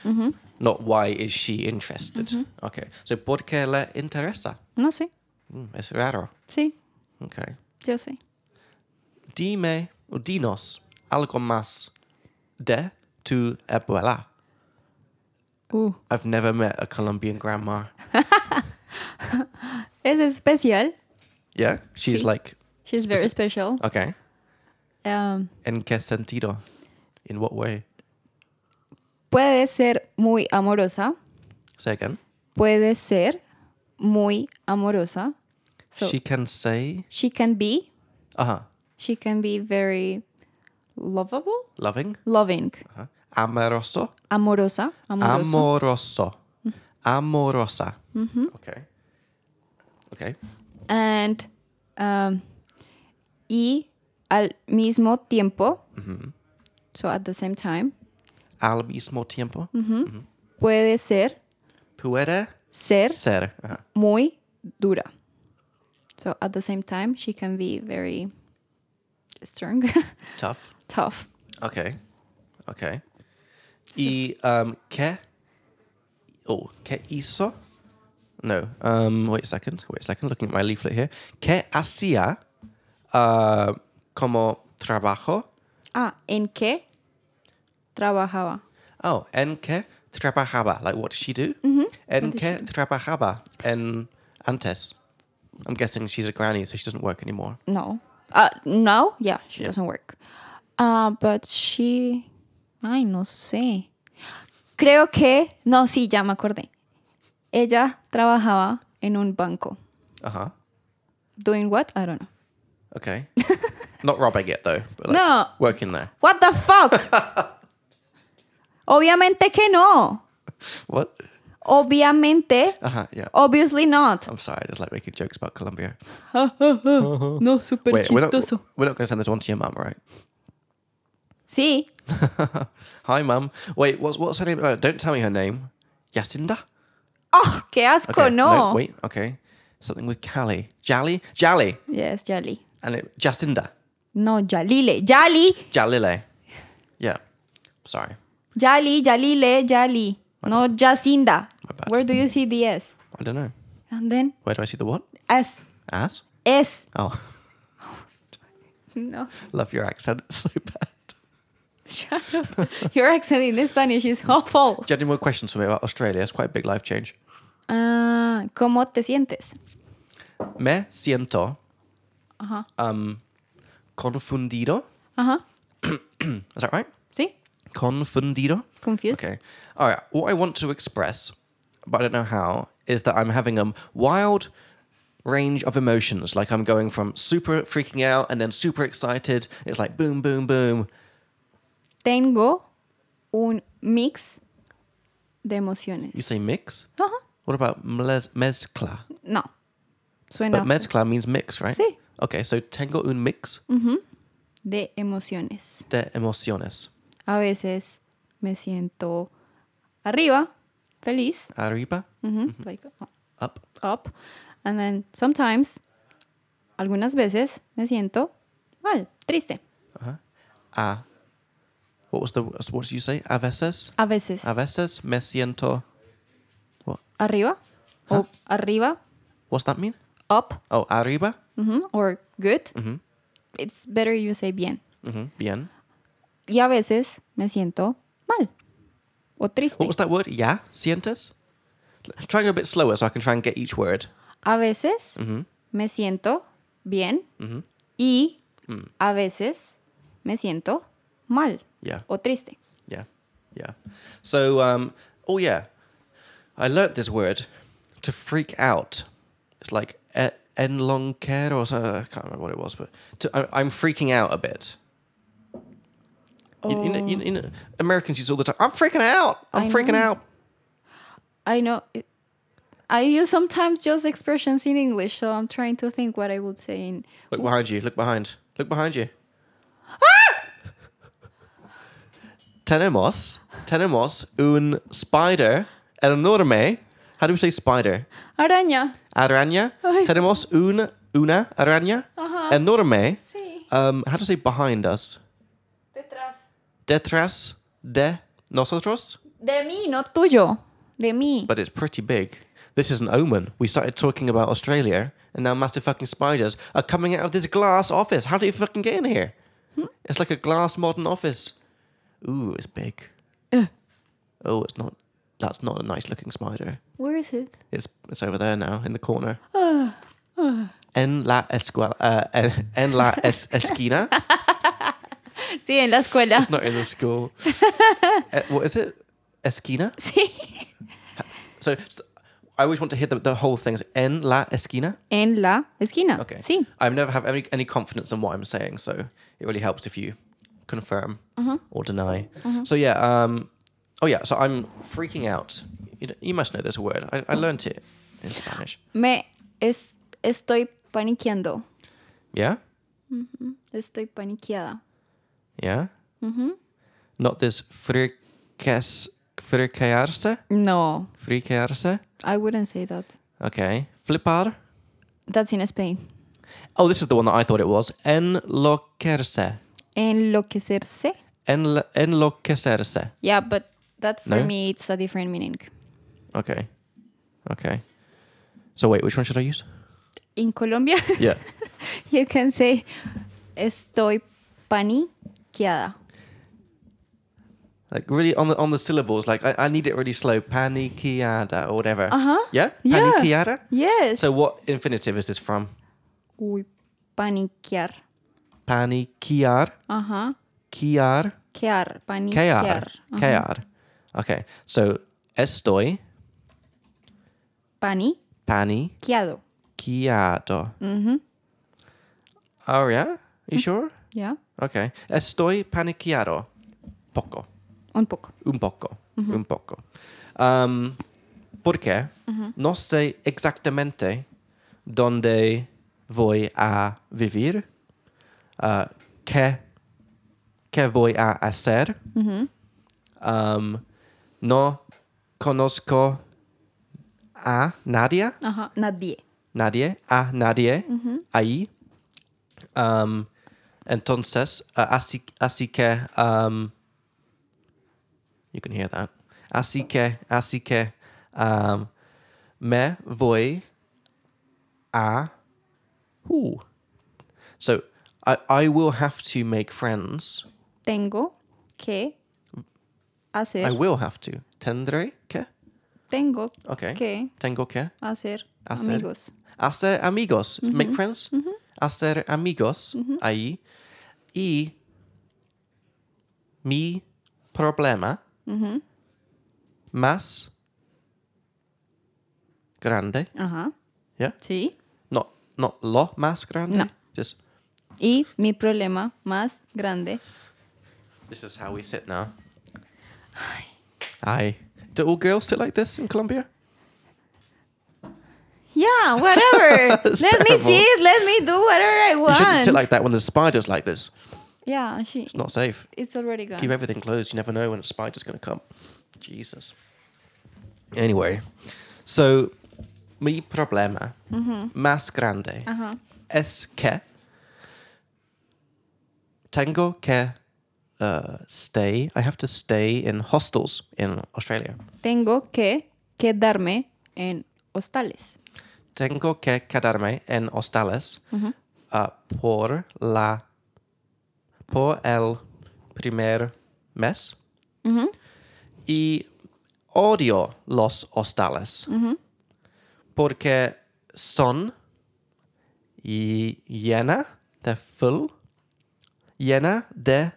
S1: Not why is she interested? Okay. So por qué le interesa?
S2: No sé.
S1: Mm, es raro.
S2: Sí,
S1: Okay.
S2: yo sé.
S1: Dime o dinos algo más de tu abuela.
S2: Uh,
S1: I've never met a Colombian grandma.
S2: es especial.
S1: Yeah, she's
S2: Sí.
S1: like
S2: She's very special.
S1: Okay.
S2: Um,
S1: ¿En qué sentido? In what way?
S2: puede ser muy amorosa.
S1: Say again.
S2: Puede ser muy amorosa. So
S1: she
S2: she,
S1: can say,
S2: can be.
S1: uh huh,
S2: She can be very lovable,
S1: loving,
S2: loving,
S1: uh-huh. amoroso,
S2: amorosa, amorosa.
S1: amoroso,
S2: Mm-hmm.
S1: amorosa. Okay. Okay.
S2: and um, y al mismo tiempo. So at the same time,
S1: Al mismo tiempo,
S2: Mm-hmm. puede ser
S1: puede
S2: ser
S1: ser. Uh-huh.
S2: muy dura. So at the same time, she can be very strong,
S1: Tough.
S2: tough.
S1: Okay. Okay. Y um que oh que hizo? No. Um wait a second. Wait a second. Looking at my leaflet here. Que hacía uh, como trabajo?
S2: Ah, ¿en qué trabajaba?
S1: Oh, en que trabajaba. Like what did she do? Mm-hmm. En que trabajaba en antes. I'm guessing she's a granny, so she doesn't work anymore.
S2: No. Uh, no? Yeah, she doesn't work. Uh, but she... Ay, no sé. Creo que... No, sí, ya me acordé. Ella trabajaba en un banco.
S1: Uh huh.
S2: Doing what? I don't know.
S1: Okay. Not robbing it though, but like
S2: No.
S1: working there.
S2: What the fuck? Obviamente que no.
S1: What?
S2: Obviamente.
S1: Uh huh. Yeah.
S2: Obviously not.
S1: I'm sorry. I just like making jokes about Colombia.
S2: no, súper
S1: Oh. Wait, we're not, we're not going to send this one to your mum, right?
S2: Sí.
S1: Hi, mum. Wait, what's what's her name? Uh, don't tell me her name. Yasinda.
S2: Oh, qué asco,
S1: Okay,
S2: no.
S1: Wait. Okay. Something with Cali. Jali. Jali.
S2: Yes, Yali.
S1: And it, Jacinda.
S2: No, Yalile. Yali.
S1: Jalile. Yeah. Sorry.
S2: Yali, Yalile, Yali. No, Jacinda.
S1: My bad.
S2: Where do you see the S?
S1: I don't know.
S2: And then
S1: Where do I see the what?
S2: S.
S1: Ass.
S2: S.
S1: Oh,
S2: No.
S1: love your accent It's so bad.
S2: Shut up. Your accent in Spanish is awful.
S1: Do you have any more questions for me about Australia? It's quite a big life change.
S2: Ah, ¿Cómo te sientes?
S1: Me siento
S2: Ajá.
S1: um confundido.
S2: Ajá.
S1: Is that right?
S2: ¿Sí?
S1: Confundido.
S2: Confused.
S1: Okay. All right. What I want to express, but I don't know how, is that I'm having a wild range of emotions. Like I'm going from super freaking out and then super excited. It's like boom, boom, boom.
S2: Tengo un mix de
S1: You
S2: emociones.
S1: say mix?
S2: Ajá.
S1: What about mlez- mezcla?
S2: No. Suena
S1: But mezcla means mix, right?
S2: Sí.
S1: Okay. So tengo un mix
S2: de emociones.
S1: de emociones.
S2: A veces me siento arriba, feliz,
S1: Arriba,
S2: ujú, like uh,
S1: up.
S2: up, and then sometimes, algunas veces me siento mal, triste.
S1: A. What was the, what did you say? A veces?
S2: A veces
S1: A veces me siento.
S2: arriba o arriba,
S1: What's that mean?
S2: up,
S1: Oh, arriba.
S2: ujú, or good. It's better you say bien.
S1: hmm Bien.
S2: Y a veces me siento mal o
S1: What
S2: triste.
S1: was that word? Ya, sientes? L- Try and go a bit slower so I can try and get each word.
S2: A veces me siento bien y a veces me siento mal
S1: Yeah,
S2: o triste.
S1: yeah, yeah. So, um, oh yeah, I learnt this word to freak out. It's like e- enlonquer or something. I can't remember what it was, but to, I, I'm freaking out a bit. You, you know, you, you know, Americans use all the time. I'm freaking out. I'm
S2: Oh. I
S1: freaking
S2: know.
S1: out.
S2: I know. it- I use sometimes just expressions in English, so I'm trying to think what I would say in.
S1: Look behind you. Look behind. Look behind you. Ah! tenemos, tenemos un spider enorme. How do we say spider?
S2: Araña.
S1: Araña.
S2: Ay.
S1: Tenemos un, una araña enorme.
S2: Sí.
S1: Um, how do you say behind us?
S2: Detrás.
S1: Detrás de nosotros.
S2: De mí, no tuyo. De mí.
S1: But it's pretty big. This is an omen. We started talking about Australia, and now massive fucking spiders are coming out of this glass office. How do you fucking get in here? It's like a glass modern office. Ooh, it's big. Oh, it's not. That's not a nice looking spider.
S2: Where is it?
S1: It's it's over there now in the corner. en la escuela, uh, en, en la es- esquina.
S2: Sí, en la escuela.
S1: It's not in the school. Uh, what is it? Esquina.
S2: Sí.
S1: So, s I I always want to hear the, the whole thing. It's En la esquina.
S2: En la esquina.
S1: Okay.
S2: Sí.
S1: I've never have any any confidence in what I'm saying, so it really helps if you confirm or deny. So yeah, um, oh yeah. So I'm freaking out. You, know- you must know this word. I, I learned it in Spanish.
S2: Me es, estoy paniqueando.
S1: Yeah,
S2: Estoy paniqueada.
S1: yeah. Mm-hmm. Not this fricas friquearse
S2: No,
S1: friquearse.
S2: I wouldn't say that.
S1: Okay, flipar.
S2: That's in Spain.
S1: Oh, this is the one that I thought it was. Enloquecerse.
S2: Enloquecerse.
S1: Enl- enloquecerse.
S2: Yeah, but that for
S1: No?
S2: me it's a different meaning.
S1: Okay, okay. So wait, which one should I use?
S2: In Colombia,
S1: Yeah.
S2: you can say estoy paniqueada.
S1: Like really on the on the syllables, like I, I need it really slow. Panikiada or whatever.
S2: Uh-huh.
S1: Yeah?
S2: Yeah.
S1: Panikiada?
S2: Yes.
S1: So what infinitive is this from?
S2: Uy, paniquear.
S1: Panikiar.
S2: Ajá.
S1: Kiar.
S2: Quear, paniquear.
S1: Kar.
S2: Ajá.
S1: Kar.
S2: Uh-huh.
S1: Okay. So estoy
S2: Paniqueado.
S1: panikiado. Oh yeah?
S2: Mm.
S1: You sure?
S2: ¿Ya?
S1: Okay. Estoy panikiado. Poco.
S2: Un poco.
S1: Un poco. Un poco. Um, porque no sé exactamente dónde voy a vivir, uh, qué, qué voy a hacer. Um, no conozco a nadie
S2: Ajá. Nadie.
S1: nadie, a nadie, ahí. Um, entonces, uh, así, así que, um, you can hear that. Así que, así que, um, me voy a, Ooh. so I, I will have to make friends.
S2: Tengo que hacer.
S1: I will have to. Tendré que?
S2: Tengo
S1: Okay.
S2: que
S1: Tengo que?
S2: hacer,
S1: Hacer.
S2: amigos.
S1: hacer amigos, make friends, hacer amigos ahí. Y mi problema más grande,
S2: Ajá.
S1: Yeah.
S2: Sí.
S1: no, no lo más grande.
S2: No.
S1: Just,
S2: Y mi problema más grande.
S1: this is how we sit now. Aye. Do all girls sit like this in Colombia?
S2: Yeah, whatever.
S1: That's
S2: let me
S1: terrible.
S2: see it. Let me do whatever I
S1: You
S2: want.
S1: shouldn't sit like that when there's spiders like this.
S2: yeah, she.
S1: It's not safe.
S2: It's already gone.
S1: Keep everything closed. You never know when a spider's going to come. Jesus. Anyway, so mi problema más grande es que tengo que uh, stay. I have to stay in hostels in Australia.
S2: Tengo que quedarme en hostales
S1: Tengo que quedarme en hostales uh, por la por el primer mes y odio los hostales porque son y llena they're full llena de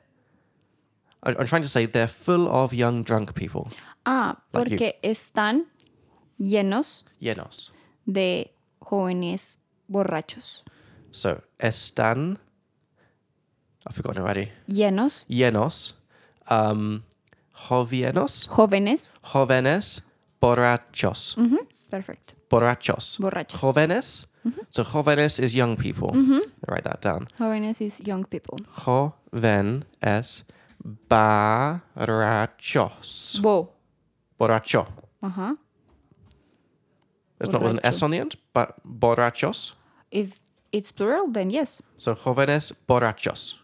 S1: I- I'm trying to say they're full of young drunk people
S2: Ah,
S1: Like you.
S2: porque están llenos
S1: llenos
S2: de jóvenes borrachos.
S1: so están I've forgotten already
S2: Llenos,
S1: llenos, um, jovienos,
S2: jóvenes.
S1: jóvenes, borrachos,
S2: Ujú, Perfecto.
S1: borrachos,
S2: Borrachos.
S1: jóvenes. So jóvenes is young people. Write that down.
S2: Jóvenes is young people.
S1: Jóvenes barrachos,
S2: Bo.
S1: borracho.
S2: Ajá.
S1: It's not with an
S2: Borracho.
S1: S on the end, but borrachos.
S2: If it's plural, then yes.
S1: So jóvenes borrachos.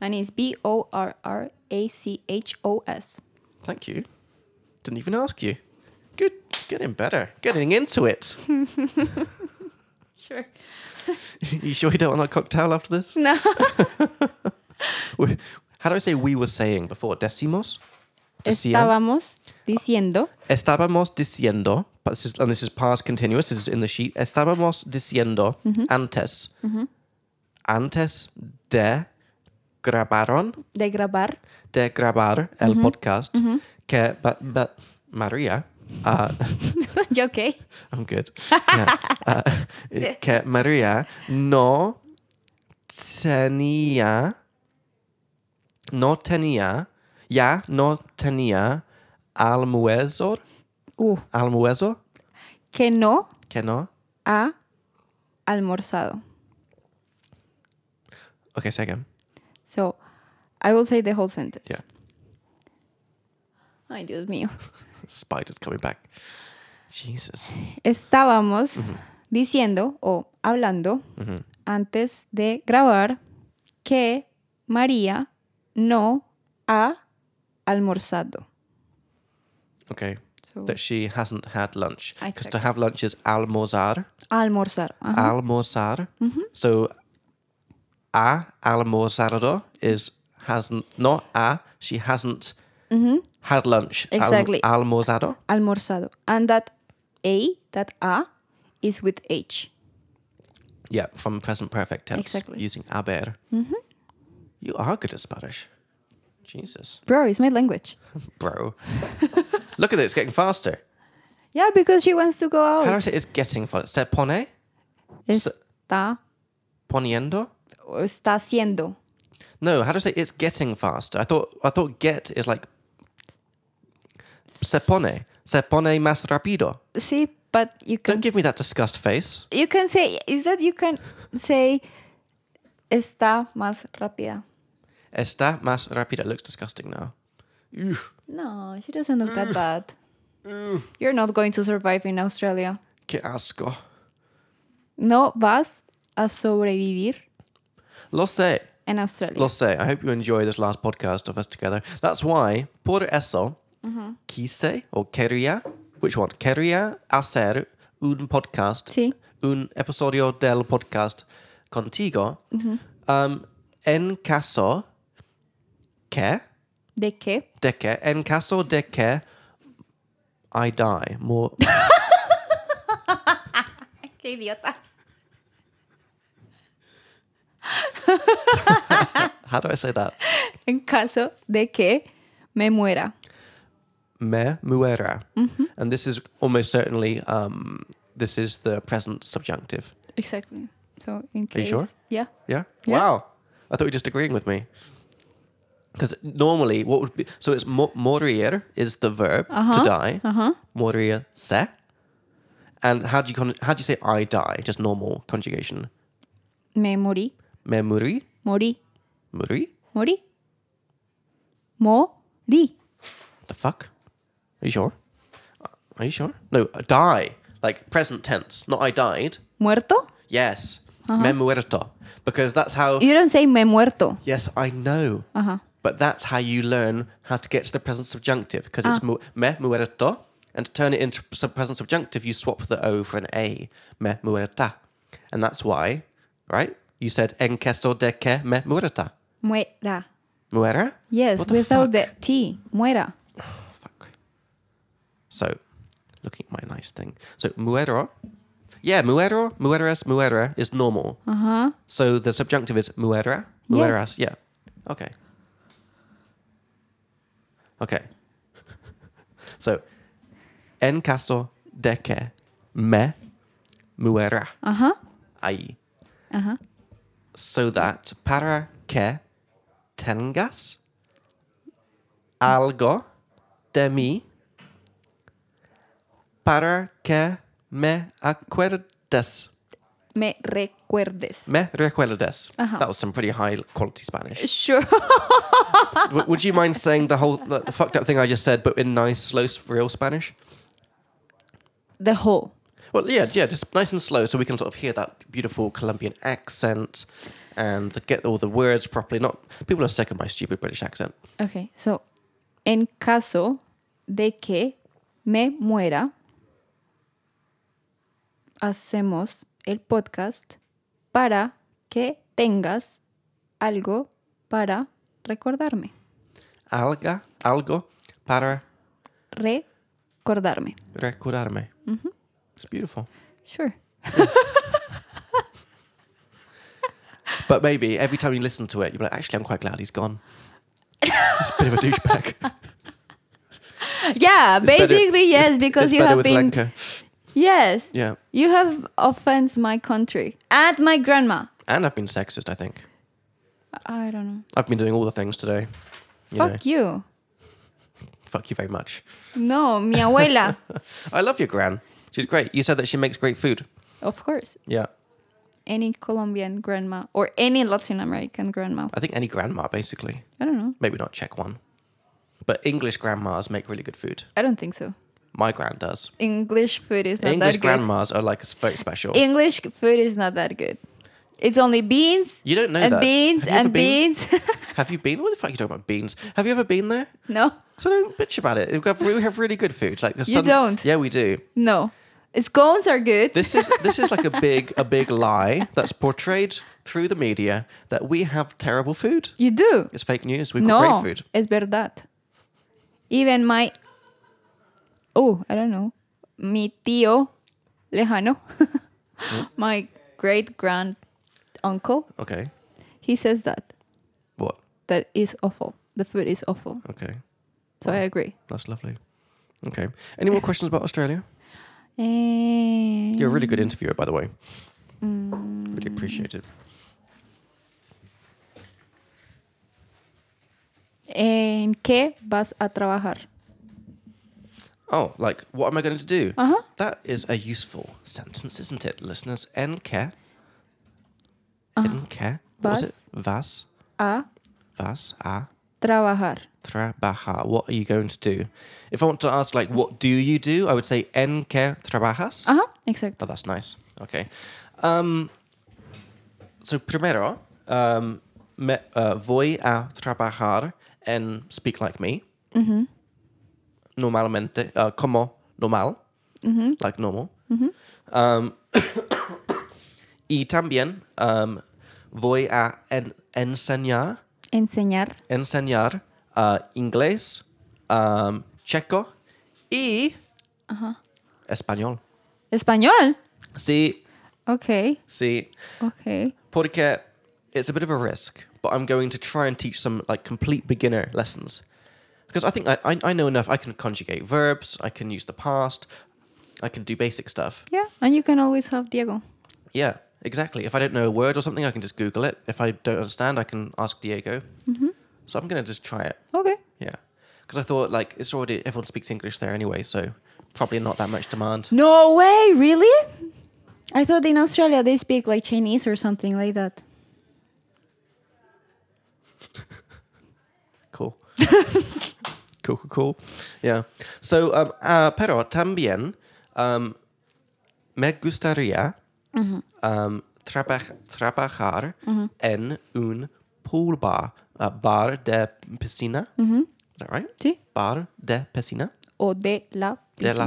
S2: And it's B O R R A C H O S.
S1: Thank you. Didn't even ask you. Good. Getting better. Getting into it.
S2: Sure.
S1: you sure you don't want a cocktail after this?
S2: No.
S1: We- How do I say we were saying before? Decimos? Decían-
S2: Estábamos diciendo
S1: Estábamos diciendo but this is, and this is past continuous, this is in the sheet. Estábamos diciendo antes. Antes de grabaron,
S2: de grabar.
S1: de grabar el podcast, que but, but María. Uh,
S2: ¿Yo qué?
S1: I'm good. Yeah. Uh, que María no tenía, no tenía, ya no tenía almuerzo,
S2: Uh,
S1: almuerzo,
S2: que no
S1: que no.
S2: ha almorzado.
S1: Okay, say again.
S2: So, I will say the whole sentence.
S1: Yeah.
S2: Ay, Dios mío.
S1: Spider's coming back. Jesus.
S2: Estábamos diciendo o hablando antes de grabar que María no ha almorzado.
S1: Okay.
S2: So,
S1: That she hasn't had lunch. Because to
S2: Exactly.
S1: have lunch is almorzar.
S2: almorzar. Ajá.
S1: almorzar.
S2: Mm-hmm.
S1: So a almorzado is hasn't not a she hasn't had lunch. Al-
S2: Mm-hmm. Exactly.
S1: almorzado.
S2: almorzado. And that A, that A, is with H.
S1: Yeah, from present perfect tense.
S2: Exactly.
S1: Using haber. Mm-hmm. You are good at Spanish. Jesus,
S2: Bro, it's my language.
S1: bro. Look at it, it's getting faster.
S2: Yeah, because she wants to go
S1: How do
S2: out.
S1: I say it's getting faster? Se pone,
S2: Está,
S1: poniendo.
S2: o está haciendo.
S1: No, how do I say it's getting faster? I thought I thought get is like se pone, se pone más rápido.
S2: Sí, but you
S1: Don't
S2: can
S1: give me that disgust face.
S2: you can say is that you can say está más rápida.
S1: Está más rápida. It looks disgusting now. Ew.
S2: No, she doesn't look that bad. You're not going to survive in Australia.
S1: Que asco.
S2: No vas a sobrevivir
S1: Lo sé.
S2: en Australia.
S1: Lo sé. I hope you enjoy this last podcast of us together. That's why, por eso, quise or quería, which one? Quería hacer un podcast,
S2: Sí.
S1: un episodio del podcast contigo um, en caso que,
S2: ¿De qué?
S1: de que, en caso de que I die. More.
S2: Qué idiota.
S1: How do I say that?
S2: En caso de que me muera.
S1: me muera. And this is almost certainly um, this is the present subjunctive.
S2: Exactly. So in case.
S1: sure?
S2: Yeah.
S1: Yeah?
S2: Yeah.
S1: Wow. I thought you were just agreeing with me. Because normally, what would be so it's mo- morir is the verb to die. Uh-huh. Morir se. And how do you con- how do you say I die? Just normal conjugation.
S2: Me morí.
S1: Me muri
S2: Morí.
S1: muri.
S2: Morí. Morí.
S1: The fuck? Are you sure? Are you sure? No, die. Like present tense, not I died.
S2: ¿Muerto?
S1: Yes. Me muerto. Because that's how.
S2: You don't say me muerto.
S1: Yes, I know.
S2: Ajá.
S1: But that's how you learn how to get to the present subjunctive because it's mu- me muerto. And to turn it into sub- present subjunctive, you swap the O for an A. Me muerta. And that's why, right? You said en caso de que me muerta.
S2: Muera.
S1: Muera?
S2: Yes,
S1: What the
S2: without
S1: fuck?
S2: the T. Muera.
S1: Fuck. So, looking at my nice thing. So, muero. Yeah, muero, mueres, muera is normal.
S2: Uh huh.
S1: So the subjunctive is muera. Mueras. Yeah. Okay. Okay. so, en caso de que me muera.
S2: Uh huh.
S1: Ahí.
S2: Uh huh.
S1: So that para que tengas algo de mí para que me acuerdes.
S2: Me recuerdes.
S1: Me recuerdas. That was some pretty high quality Spanish.
S2: Sure.
S1: W- would you mind saying the whole the, the fucked up thing I just said, but in nice, slow, s- real Spanish?
S2: The whole.
S1: Well, yeah, yeah, just nice and slow, so we can sort of hear that beautiful Colombian accent and get all the words properly. Not people are sick of my stupid British accent.
S2: Okay. So, en caso de que me muera, hacemos el podcast para que tengas algo para recordarme.
S1: Alga, algo para
S2: recordarme.
S1: Recordarme. It's beautiful.
S2: Sure.
S1: But maybe every time you listen to it, you're like, actually, I'm quite glad he's gone. He's a bit of a douchebag.
S2: yeah,
S1: It's better-
S2: basically yes,
S1: it's-
S2: because
S1: it's
S2: you
S1: better
S2: have
S1: with
S2: been
S1: Lenka.
S2: yes,
S1: Yeah,
S2: you have offensed my country and my grandma.
S1: and I've been sexist. I think
S2: I don't know.
S1: I've been doing all the things today. You know.
S2: Fuck you.
S1: Fuck you very much.
S2: No, mi abuela.
S1: I love your gran. She's great. You said that she makes great food.
S2: of course.
S1: Yeah,
S2: Any Colombian grandma or any Latin American grandma.
S1: I think any grandma basically.
S2: I don't know.
S1: Maybe not Czech one, but English grandmas make really good food.
S2: I don't think so.
S1: My gran does.
S2: English food is not
S1: English
S2: that good.
S1: grandmas are like s- very special.
S2: English food is not that good. It's only beans
S1: you don't know
S2: and
S1: that.
S2: beans
S1: Have you ever
S2: and
S1: been?
S2: beans.
S1: Have you been? What the fuck are you talking about? Beans? Have you ever been there?
S2: no,
S1: So don't bitch about it. We have, we have really good food. Like the
S2: You
S1: sun-
S2: don't.
S1: Yeah, we do.
S2: no. Scones are good.
S1: This is this is like a big a big lie that's portrayed through the media that we have terrible food.
S2: you do.
S1: It's fake news. We've
S2: No,
S1: got great food.
S2: es verdad. Even my, oh, I don't know, mi tío lejano, my great grand uncle,
S1: Okay.
S2: he says that
S1: What?
S2: that is awful. The food is awful.
S1: Okay.
S2: So I agree.
S1: That's lovely. Okay. Any more questions about Australia?
S2: And
S1: You're a really good interviewer, by the way.
S2: Mm.
S1: Really appreciate it.
S2: ¿En qué vas a trabajar?
S1: Oh, like what am I going to do?
S2: Uh-huh.
S1: That is a useful sentence, isn't it, listeners? Enke. Enke. What was it? Vas.
S2: Uh-huh. A
S1: Vas. Ah.
S2: trabajar.
S1: trabajar? What are you going to do? If I want to ask, like, what do you do? I would say, ¿en qué trabajas?
S2: Ajá, exacto.
S1: Oh, that's nice. Okay. Um, so, primero, um, me, uh, voy a trabajar en Speak Like Me. Normalmente, uh, como normal, like normal. Um, y también um, voy a en- enseñar
S2: Enseñar.
S1: enseñar uh, inglés, um, checo y español.
S2: Español.
S1: Sí,
S2: Okay,
S1: sí,
S2: okay.
S1: porque it's a bit of a risk, but I'm going to try and teach some like complete beginner lessons because I think I, I, I know enough. I can conjugate verbs, I can use the past, I can do basic stuff.
S2: Yeah, and you can always have Diego.
S1: Yeah, exactly. If I don't know a word or something, I can just Google it. If I don't understand, I can ask Diego. So I'm going to just try it.
S2: Okay.
S1: Yeah. Because I thought, like, it's already, everyone speaks English there anyway, so probably not that much demand.
S2: No way, really? I thought in Australia they speak like Chinese or something like that.
S1: Cool. cool, cool, cool. Yeah. So, um, uh, pero también um, me gustaría um, trabaj- trabajar en un pool bar, a bar de piscina. Is that right?
S2: Sí.
S1: Bar de piscina.
S2: O de la
S1: De la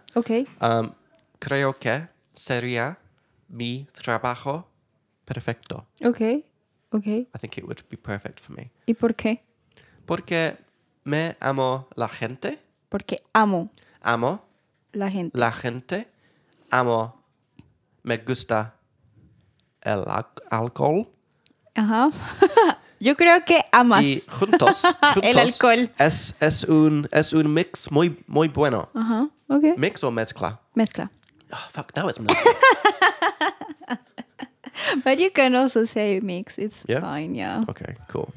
S1: piscina.
S2: Okay.
S1: Um, creo que sería mi trabajo perfecto.
S2: Okay. Okay.
S1: I think it would be perfect for me.
S2: ¿Y por qué?
S1: Porque me amo la gente.
S2: Porque amo
S1: Amo
S2: la gente.
S1: la gente. Amo. Me gusta el al- alcohol.
S2: Ajá. Yo creo que amas.
S1: Y juntos. juntos
S2: El alcohol.
S1: Es, es, un, es un mix muy, muy bueno.
S2: Ajá. Okay.
S1: Mix o mezcla?
S2: Mezcla.
S1: Oh, fuck, now it's mezcla.
S2: But you can also say mix. It's
S1: Yeah.
S2: fine. Yeah.
S1: okay, cool.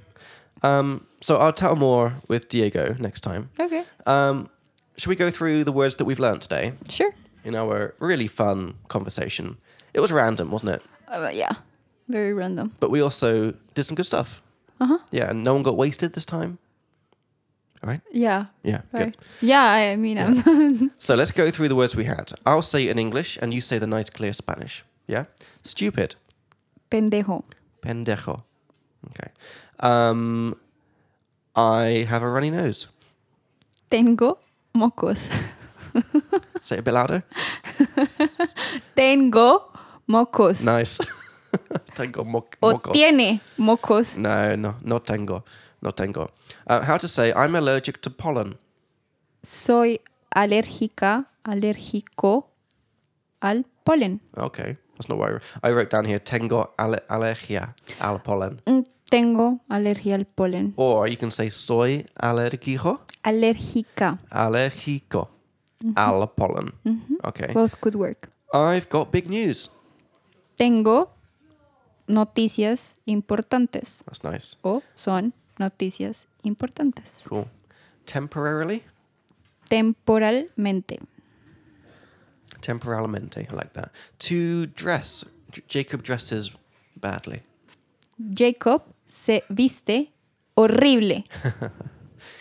S1: Um, so I'll tell more with Diego next time.
S2: Okay.
S1: Um, should we go through the words that we've learned today
S2: Sure.
S1: in our really fun conversation? It was random, wasn't it?
S2: Uh, yeah. Very random.
S1: But we also did some good stuff.
S2: Uh huh.
S1: Yeah, and no one got wasted this time. All right?
S2: Yeah.
S1: Yeah,
S2: Right. Yeah. I mean, I'm
S1: good. So let's go through the words we had. I'll say it in English and you say the nice, clear Spanish. Yeah? Stupid.
S2: pendejo.
S1: Pendejo. Okay. Um, I have a runny nose.
S2: Tengo mocos.
S1: Say it a bit louder.
S2: Tengo mocos.
S1: Nice. Tengo mo-
S2: o
S1: mocos. Mm.
S2: tiene mocos.
S1: No, no, no tengo. No tengo. Uh, how to say, I'm allergic to pollen.
S2: Soy alérgica, alérgico al polen.
S1: Okay, that's not what I wrote. I wrote down here tengo ale- alergia al pollen.
S2: Mm, Tengo alergia al polen.
S1: Or you can say soy alergico,
S2: Alérgica.
S1: alergico al pollen. Okay.
S2: Both could work.
S1: I've got big news.
S2: Tengo noticias importantes.
S1: That's nice.
S2: O son noticias importantes.
S1: Cool. Temporarily?
S2: Temporalmente.
S1: Temporalmente. I like that. To dress. J- Jacob dresses badly.
S2: Jacob se viste horrible.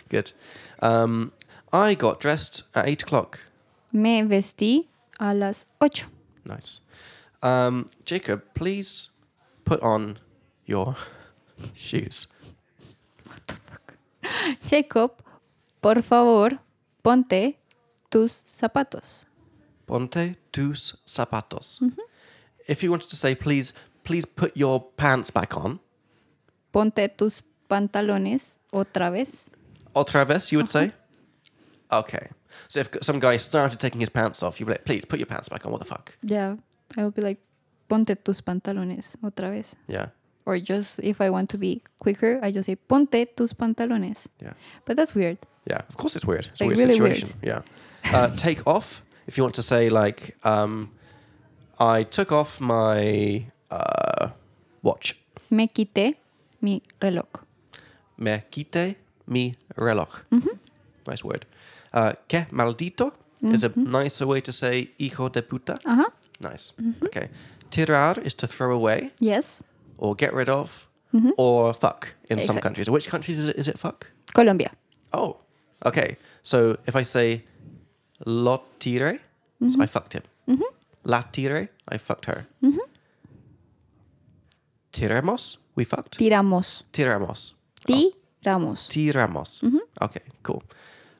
S1: Good. Um, I got dressed at 8 o'clock.
S2: Me vestí a las 8.
S1: Nice. Um, Jacob, please put on your shoes.
S2: Jacob, por favor, ponte tus zapatos.
S1: Ponte tus zapatos. If you wanted to say, please, please put your pants back on.
S2: Ponte tus pantalones otra vez.
S1: Otra vez, you would
S2: Uh-huh.
S1: say? Okay. So if some guy started taking his pants off, you'd be like, please put your pants back on. What the fuck?
S2: Yeah, I would be like, ponte tus pantalones otra vez.
S1: Yeah.
S2: Or just if I want to be quicker, I just say, ponte tus pantalones.
S1: Yeah.
S2: But that's weird.
S1: Yeah. Of course it's weird. It's a
S2: Like,
S1: weird
S2: really
S1: situation. Yeah. Uh, take off. If you want to say, like, um, I took off my uh, watch.
S2: Me quité mi reloj.
S1: Me quite mi reloj.
S2: Mm-hmm.
S1: Nice word. Uh, que maldito is a
S2: Mm-hmm.
S1: nicer way to say hijo de puta.
S2: Ajá.
S1: Nice.
S2: Mm-hmm.
S1: Okay. Tirar is to throw away
S2: Yes.
S1: or get rid of or fuck in some
S2: Exact-
S1: countries. Which countries is it, is it fuck?
S2: Colombia.
S1: Oh, okay. So if I say lo tire, so I fucked him. La tire, I fucked her. Tiramos, we fucked.
S2: Tiramos.
S1: Tiramos.
S2: Tiramos.
S1: Tiramos. Okay, cool.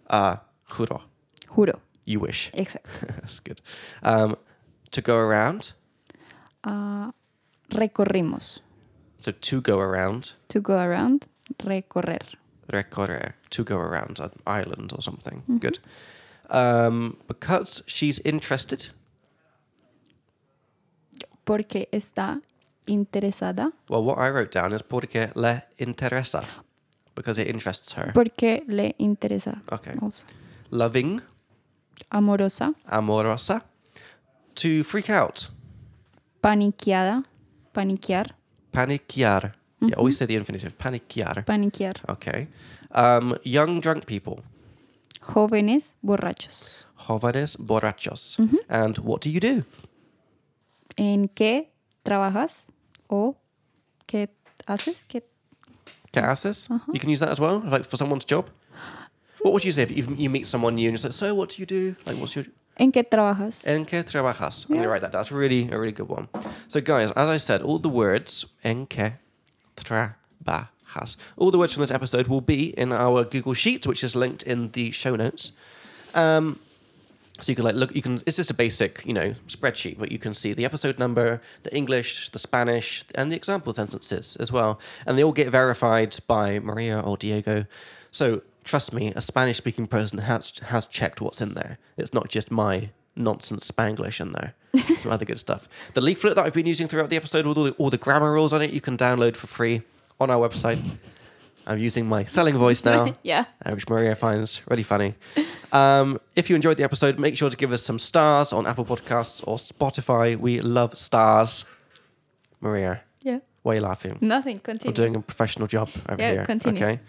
S1: Uh, juro,
S2: Juro.
S1: you wish.
S2: Exacto.
S1: That's good. Um, to go around,
S2: Recorrimos.
S1: so to go around,
S2: To go around. Recorrer.
S1: recorrer, to go around an island or something. Good. Um, because she's interested,
S2: Porque está interesada.
S1: Well, what I wrote down is porque le interesa, because it interests her.
S2: Porque le interesa.
S1: Okay.
S2: Also.
S1: Loving,
S2: Amorosa.
S1: amorosa, to freak out,
S2: Paniqueada. Paniquear.
S1: paniquear. Yeah, always say the infinitive, paniquear.
S2: Paniquear.
S1: Okay. Um, young drunk people,
S2: Jóvenes borrachos.
S1: jóvenes borrachos. And what do you do?
S2: ¿En qué trabajas? ¿O qué haces? ¿Qué
S1: Que haces? You can use that as well, like for someone's job. What would you say if you, you meet someone new and you're like, so what do you do? Like, what's your
S2: ¿En qué trabajas?
S1: En que trabajas? I'm going to write that down. That's really a really good one. So, guys, as I said, all the words en que trabajas, all the words from this episode will be in our Google Sheet, which is linked in the show notes. Um, so you can like look. You can. It's just a basic, you know, spreadsheet, but you can see the episode number, the English, the Spanish, and the example sentences as well, and they all get verified by Maria or Diego. So trust me, a Spanish-speaking person has has checked what's in there. It's not just my nonsense Spanglish in there. Some other good stuff. The leaflet that I've been using throughout the episode with all the, all the grammar rules on it, you can download for free on our website. I'm using my selling voice now
S2: Yeah.
S1: uh, which Maria finds really funny. Um, if you enjoyed the episode, make sure to give us some stars on Apple Podcasts or Spotify. We love stars. Maria,
S2: Yeah.
S1: why are you laughing?
S2: Nothing.
S1: I'm
S2: Continue.
S1: doing a professional job over
S2: Yeah,
S1: here.
S2: continue.
S1: Okay.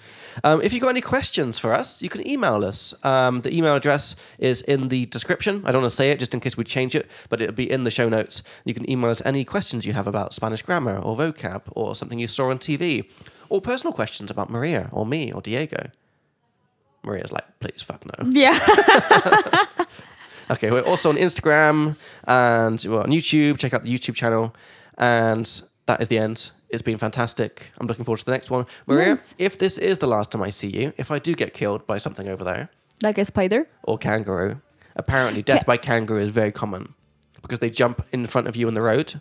S1: Um, if you've got any questions for us, you can email us. Um, the email address is in the description. I don't want to say it just in case we change it, but it'll be in the show notes. You can email us any questions you have about Spanish grammar or vocab or something you saw on TV or personal questions about Maria or me or Diego. Maria's like, please fuck no.
S2: Yeah.
S1: Okay, we're also on Instagram and we're on YouTube. Check out the YouTube channel. And that is the end. It's been fantastic. I'm looking forward to the next one. Maria,
S2: Yes.
S1: if this is the last time I see you, if I do get killed by something over there
S2: like a spider.
S1: or kangaroo, apparently death by kangaroo is very common because they jump in front of you in the road.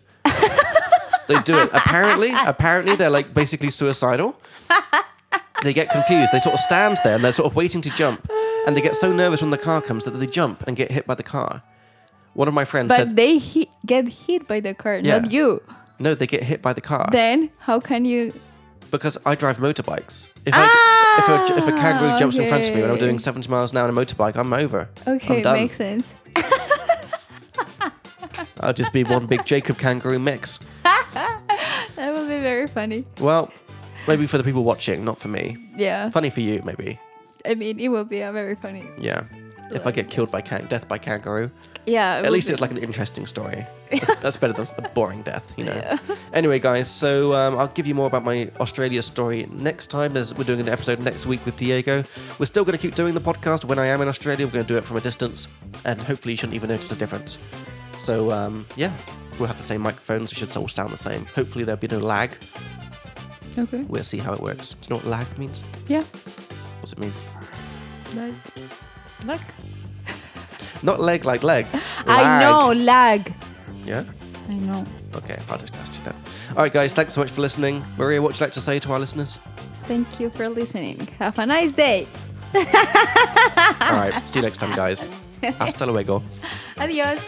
S1: they do it. Apparently, apparently they're like basically suicidal. They get confused. They sort of stand there and they're sort of waiting to jump. and they get so nervous when the car comes that they jump and get hit by the car. One of my friends
S2: But
S1: said,
S2: they hi- get hit by the car,
S1: Yeah. Ah.
S2: not you.
S1: "No, they get hit by the car
S2: Then how can you?
S1: because I drive motorbikes. If I, if, a, if a kangaroo
S2: Ah,
S1: jumps in front of me when I'm
S2: okay.
S1: doing 70 miles an hour on a motorbike, I'm over.
S2: Okay,
S1: I'm done.
S2: makes sense.
S1: I'll just be one big Jacob kangaroo mix.
S2: That would be very funny.
S1: Well, maybe for the people watching, not for me.
S2: Yeah,
S1: Funny for you, maybe.
S2: I mean it would be a very funny.
S1: Yeah. If I get killed by can- death by kangaroo,
S2: Yeah.
S1: at least it's like an interesting story. That's, that's better than a boring death, you know. Anyway, guys, so um, I'll give you more about my Australia story next time as we're doing an episode next week with Diego. We're still going to keep doing the podcast when I am in Australia. We're going to do it from a distance, and hopefully, you shouldn't even notice a difference. So, um, yeah, we'll have the same microphones. It should all sound the same. Hopefully, there'll be no lag.
S2: Okay.
S1: We'll see how it works. Do you know what lag means?
S2: Yeah.
S1: What's it mean?
S2: Like. Like.
S1: Not leg like leg.
S2: I
S1: Lag.
S2: know, lag.
S1: Yeah.
S2: I know.
S1: Okay, I'll just trust you then. All right, guys, thanks so much for listening. Maria, what would you like to say to our listeners?
S2: Thank you for listening. Have a nice day.
S1: All right, see you next time, guys. Hasta luego.
S2: Adios.